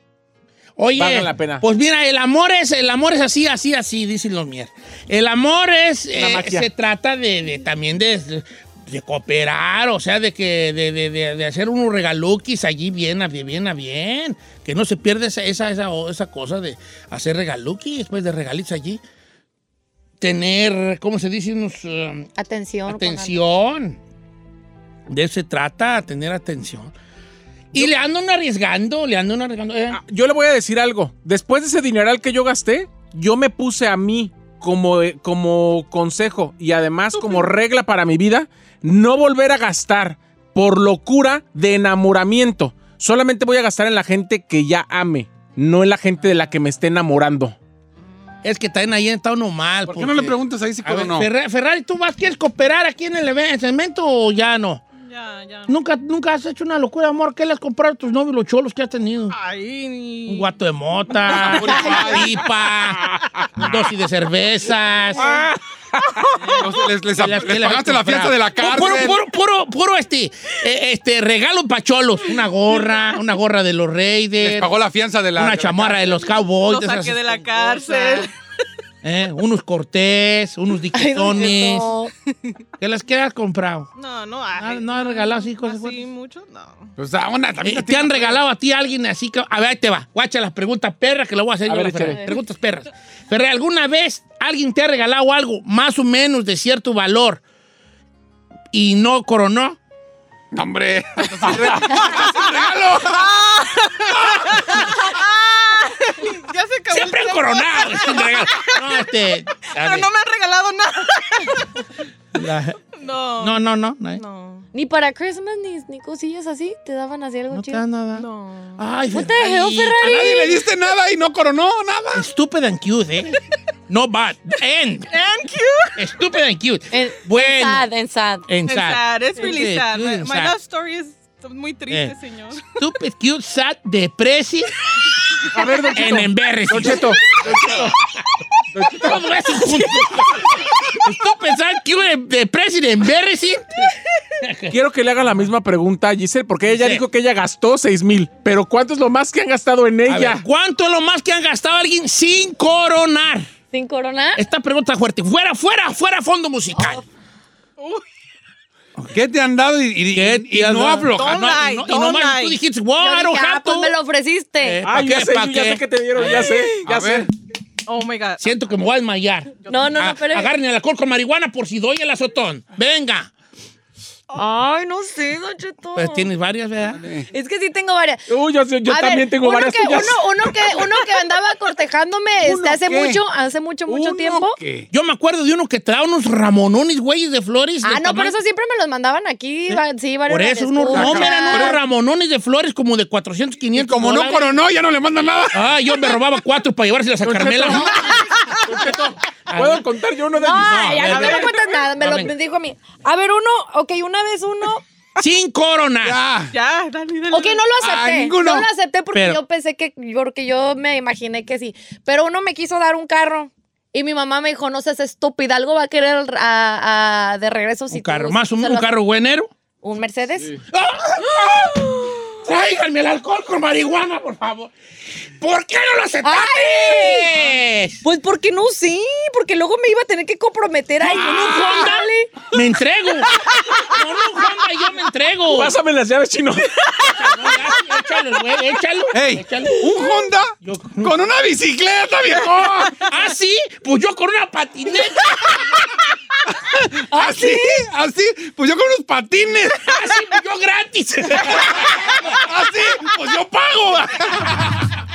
[SPEAKER 1] Oye,
[SPEAKER 7] Valga la pena.
[SPEAKER 1] pues mira, el amor es, el amor es así, así, así, dicen los mier. El amor es, eh,
[SPEAKER 7] magia.
[SPEAKER 1] se trata de, de- también de, de cooperar, o sea, de que, de, de- de- de hacer unos regaluquis allí bien, a bien, bien, a bien, que no se pierda esa, esa, esa, esa cosa de hacer regaluquis, después de regalitos allí, tener, ¿cómo se dice? Unos, um,
[SPEAKER 5] Atención. con
[SPEAKER 1] atención, de eso se trata, tener atención. Y le andan arriesgando, le andan arriesgando. eh.
[SPEAKER 7] Yo le voy a decir algo. Después de ese dineral que yo gasté, yo me puse a mí como, eh, como consejo y además como regla para mi vida, no volver a gastar por locura de enamoramiento. Solamente voy a gastar en la gente que ya ame, no en la gente de la que me esté enamorando.
[SPEAKER 1] Es que también ahí está uno mal.
[SPEAKER 6] ¿Por qué no le preguntas ahí si
[SPEAKER 1] A ver,
[SPEAKER 6] coronó?
[SPEAKER 1] Ferra- Ferrari, ¿tú vas, quieres cooperar aquí en el evento, segmento o ya no?
[SPEAKER 9] Ya, ya.
[SPEAKER 1] ¿Nunca, nunca has hecho una locura, amor. ¿Qué le has comprado a tus novios, los cholos que has tenido?
[SPEAKER 9] Ay, ni-
[SPEAKER 1] Un guato de mota, una pipa, dosis de cervezas.
[SPEAKER 6] Les, les-
[SPEAKER 1] ¿Qué le has-
[SPEAKER 6] les
[SPEAKER 1] qué le has
[SPEAKER 6] pagaste la fiesta
[SPEAKER 1] comprado?
[SPEAKER 6] de la
[SPEAKER 1] Pu-
[SPEAKER 6] cárcel.
[SPEAKER 1] Puro, puro, puro, puro, este, eh, este, regalo para cholos. Una gorra, una gorra de los
[SPEAKER 6] Les
[SPEAKER 1] Raiders,
[SPEAKER 6] pagó la fianza de la.
[SPEAKER 1] una chamarra de los Cowboys.
[SPEAKER 9] Lo
[SPEAKER 1] de esas,
[SPEAKER 9] saqué de la cárcel.
[SPEAKER 1] eh, unos cortés, unos
[SPEAKER 5] Ay, don
[SPEAKER 1] diquetones.
[SPEAKER 5] Cheto.
[SPEAKER 1] ¿Qué las que has comprado?
[SPEAKER 9] No, no hay.
[SPEAKER 1] Ah, ¿No has regalado así cosas
[SPEAKER 9] ¿Así
[SPEAKER 1] fuertes?
[SPEAKER 9] mucho? No.
[SPEAKER 6] O sea, Pues, ah, una también.
[SPEAKER 1] Eh, ¿Te han regalado a ti alguien así? que- A ver, ahí te va. Guacha las preguntas perras que lo voy a hacer
[SPEAKER 7] A
[SPEAKER 1] yo.
[SPEAKER 7] ver,
[SPEAKER 1] la Ferrari.
[SPEAKER 7] échale.
[SPEAKER 1] Preguntas perras. Ferrari, ¿alguna vez alguien te ha regalado algo más o menos de cierto valor y no coronó?
[SPEAKER 6] No, hombre. ¡Es un regalo!
[SPEAKER 9] Ya se acabó.
[SPEAKER 1] Siempre
[SPEAKER 9] el tiempo.
[SPEAKER 1] han coronado. es un regalo. No, este. a
[SPEAKER 9] Pero
[SPEAKER 1] ver,
[SPEAKER 9] no me han regalado nada.
[SPEAKER 1] la-
[SPEAKER 9] No.
[SPEAKER 1] No, no, no. No, eh.
[SPEAKER 9] No.
[SPEAKER 5] Ni para Christmas ni, ni cosillas así. Te daban así algo
[SPEAKER 1] No te
[SPEAKER 5] chido.
[SPEAKER 1] da nada.
[SPEAKER 9] No.
[SPEAKER 1] Ay,
[SPEAKER 5] What the hell,
[SPEAKER 6] A
[SPEAKER 5] Ferrari?
[SPEAKER 6] nadie le diste nada y no coronó nada.
[SPEAKER 1] Stupid and cute, ¿eh? No bad. End.
[SPEAKER 9] Thank you.
[SPEAKER 1] Stupid and cute.
[SPEAKER 9] Eh,
[SPEAKER 5] En-
[SPEAKER 1] Bueno.
[SPEAKER 5] Sad, en sad.
[SPEAKER 1] En
[SPEAKER 9] Es
[SPEAKER 1] sad.
[SPEAKER 9] sad. Es really sad.
[SPEAKER 1] Sí,
[SPEAKER 5] ah,
[SPEAKER 1] sí,
[SPEAKER 9] My,
[SPEAKER 1] en
[SPEAKER 9] my
[SPEAKER 1] sad.
[SPEAKER 9] love story es muy triste,
[SPEAKER 1] Eh.
[SPEAKER 9] señor.
[SPEAKER 1] Stupid, cute, sad, depressive
[SPEAKER 7] A ver, don Cheto.
[SPEAKER 1] and embarrassing.
[SPEAKER 7] Don Cheto,
[SPEAKER 1] Todo eso junto. Stupid, sad, cute, depressive, and embarrassing.
[SPEAKER 7] quiero que le haga la misma pregunta a Giselle, porque ella
[SPEAKER 1] Giselle.
[SPEAKER 7] dijo que ella gastó 6 mil, pero ¿cuánto es lo más que han gastado en
[SPEAKER 1] A ver,
[SPEAKER 7] ella?
[SPEAKER 1] ¿Cuánto es lo más que han gastado alguien sin coronar?
[SPEAKER 5] Sin corona.
[SPEAKER 1] Esta pregunta fuerte. Fuera, fuera, fuera fondo musical.
[SPEAKER 6] ¿Qué te han dado y, y-
[SPEAKER 1] ¿Qué
[SPEAKER 6] y- y
[SPEAKER 1] tía,
[SPEAKER 6] no
[SPEAKER 1] no?
[SPEAKER 6] afloja?
[SPEAKER 1] Ah,
[SPEAKER 9] Don't
[SPEAKER 1] no, y
[SPEAKER 9] lie,
[SPEAKER 1] no- y
[SPEAKER 9] don't
[SPEAKER 1] nomás
[SPEAKER 9] lie.
[SPEAKER 1] tú dijiste, wow,
[SPEAKER 5] Yo
[SPEAKER 1] I don't
[SPEAKER 5] dije, ah,
[SPEAKER 1] have
[SPEAKER 5] pues
[SPEAKER 1] to".
[SPEAKER 5] me lo ofreciste.
[SPEAKER 1] Eh, ¿pa'
[SPEAKER 7] Ah, ya
[SPEAKER 1] qué?
[SPEAKER 7] sé,
[SPEAKER 1] ¿pa'
[SPEAKER 7] ya
[SPEAKER 1] qué? Ah,
[SPEAKER 7] sé que te dieron, ya sé, ya
[SPEAKER 6] A
[SPEAKER 7] sé.
[SPEAKER 6] ver.
[SPEAKER 9] Oh my God.
[SPEAKER 1] Siento que me voy a desmayar.
[SPEAKER 5] no, no,
[SPEAKER 1] A-
[SPEAKER 5] no, pero.
[SPEAKER 1] Agarren el alcohol con marihuana por si doy el azotón. Venga.
[SPEAKER 5] Ay, no sé, Don Cheto.
[SPEAKER 1] Pues tienes varias, ¿verdad?
[SPEAKER 5] Es que sí tengo varias.
[SPEAKER 7] Uy, yo, sé, yo
[SPEAKER 5] A ver,
[SPEAKER 7] también tengo
[SPEAKER 5] uno
[SPEAKER 7] varias
[SPEAKER 5] que,
[SPEAKER 7] tuyas.
[SPEAKER 5] Uno, uno que, uno que andaba cortejándome este,
[SPEAKER 6] ¿Uno
[SPEAKER 5] hace
[SPEAKER 6] qué?
[SPEAKER 5] mucho, hace mucho, mucho
[SPEAKER 6] ¿Uno
[SPEAKER 5] tiempo.
[SPEAKER 6] qué?
[SPEAKER 1] Yo me acuerdo de uno que te da unos ramonones, güeyes de flores.
[SPEAKER 5] Ah,
[SPEAKER 1] del
[SPEAKER 5] no, pero
[SPEAKER 1] tamaño-
[SPEAKER 5] eso siempre me los mandaban aquí. va- Sí, varios
[SPEAKER 1] Por eso, unos,
[SPEAKER 5] escuchas.
[SPEAKER 1] no, me eran unos ramonones de flores como de 400, 500
[SPEAKER 6] Como no
[SPEAKER 1] dólares.
[SPEAKER 6] coronó, ya no le mandan nada.
[SPEAKER 1] Ah, yo me robaba cuatro para llevárselas a Carmela.
[SPEAKER 7] ¿Puedo contar yo uno de
[SPEAKER 5] No,
[SPEAKER 7] mis?
[SPEAKER 5] ya
[SPEAKER 1] a
[SPEAKER 5] no
[SPEAKER 1] ver.
[SPEAKER 5] me lo cuentas nada, me
[SPEAKER 1] No,
[SPEAKER 5] lo
[SPEAKER 1] venga.
[SPEAKER 5] dijo a mí. A ver, uno, ok, una vez uno,
[SPEAKER 1] Sin corona.
[SPEAKER 6] Ya.
[SPEAKER 9] Ya, dale, dale.
[SPEAKER 5] ok, no lo
[SPEAKER 6] Ah,
[SPEAKER 5] acepté,
[SPEAKER 6] ninguno.
[SPEAKER 5] no lo acepté porque
[SPEAKER 1] Pero-
[SPEAKER 5] yo pensé que, porque yo me imaginé que sí, pero uno me quiso dar un carro y mi mamá me dijo, no seas estúpida, algo va a querer a- a- de regreso si
[SPEAKER 1] Un
[SPEAKER 5] tú-
[SPEAKER 1] carro, más
[SPEAKER 5] se
[SPEAKER 1] un,
[SPEAKER 5] lo
[SPEAKER 1] un
[SPEAKER 5] haces".
[SPEAKER 1] carro buenero.
[SPEAKER 5] ¿Un Mercedes?
[SPEAKER 1] ¡Ah! tráiganme el alcohol con marihuana, por favor. ¿Por qué no lo aceptaste?
[SPEAKER 5] Pues porque no sí, porque luego me iba a tener que comprometer
[SPEAKER 1] ¡Ah!
[SPEAKER 5] ahí. No, no, dale.
[SPEAKER 1] Me entrego. No, no, Juanma, yo me entrego.
[SPEAKER 7] Pásame las llaves, chino.
[SPEAKER 1] Échalo, güey, échalo.
[SPEAKER 6] Ey,
[SPEAKER 1] échalo.
[SPEAKER 6] ¿Un Honda? Con una bicicleta, viejo.
[SPEAKER 1] ¿Ah, sí? Pues yo con una patineta.
[SPEAKER 6] ¿Así? ¿Así? Pues yo con unos patines.
[SPEAKER 1] ¿Ah, sí? Pues yo gratis.
[SPEAKER 6] ¿Así? Pues yo pago.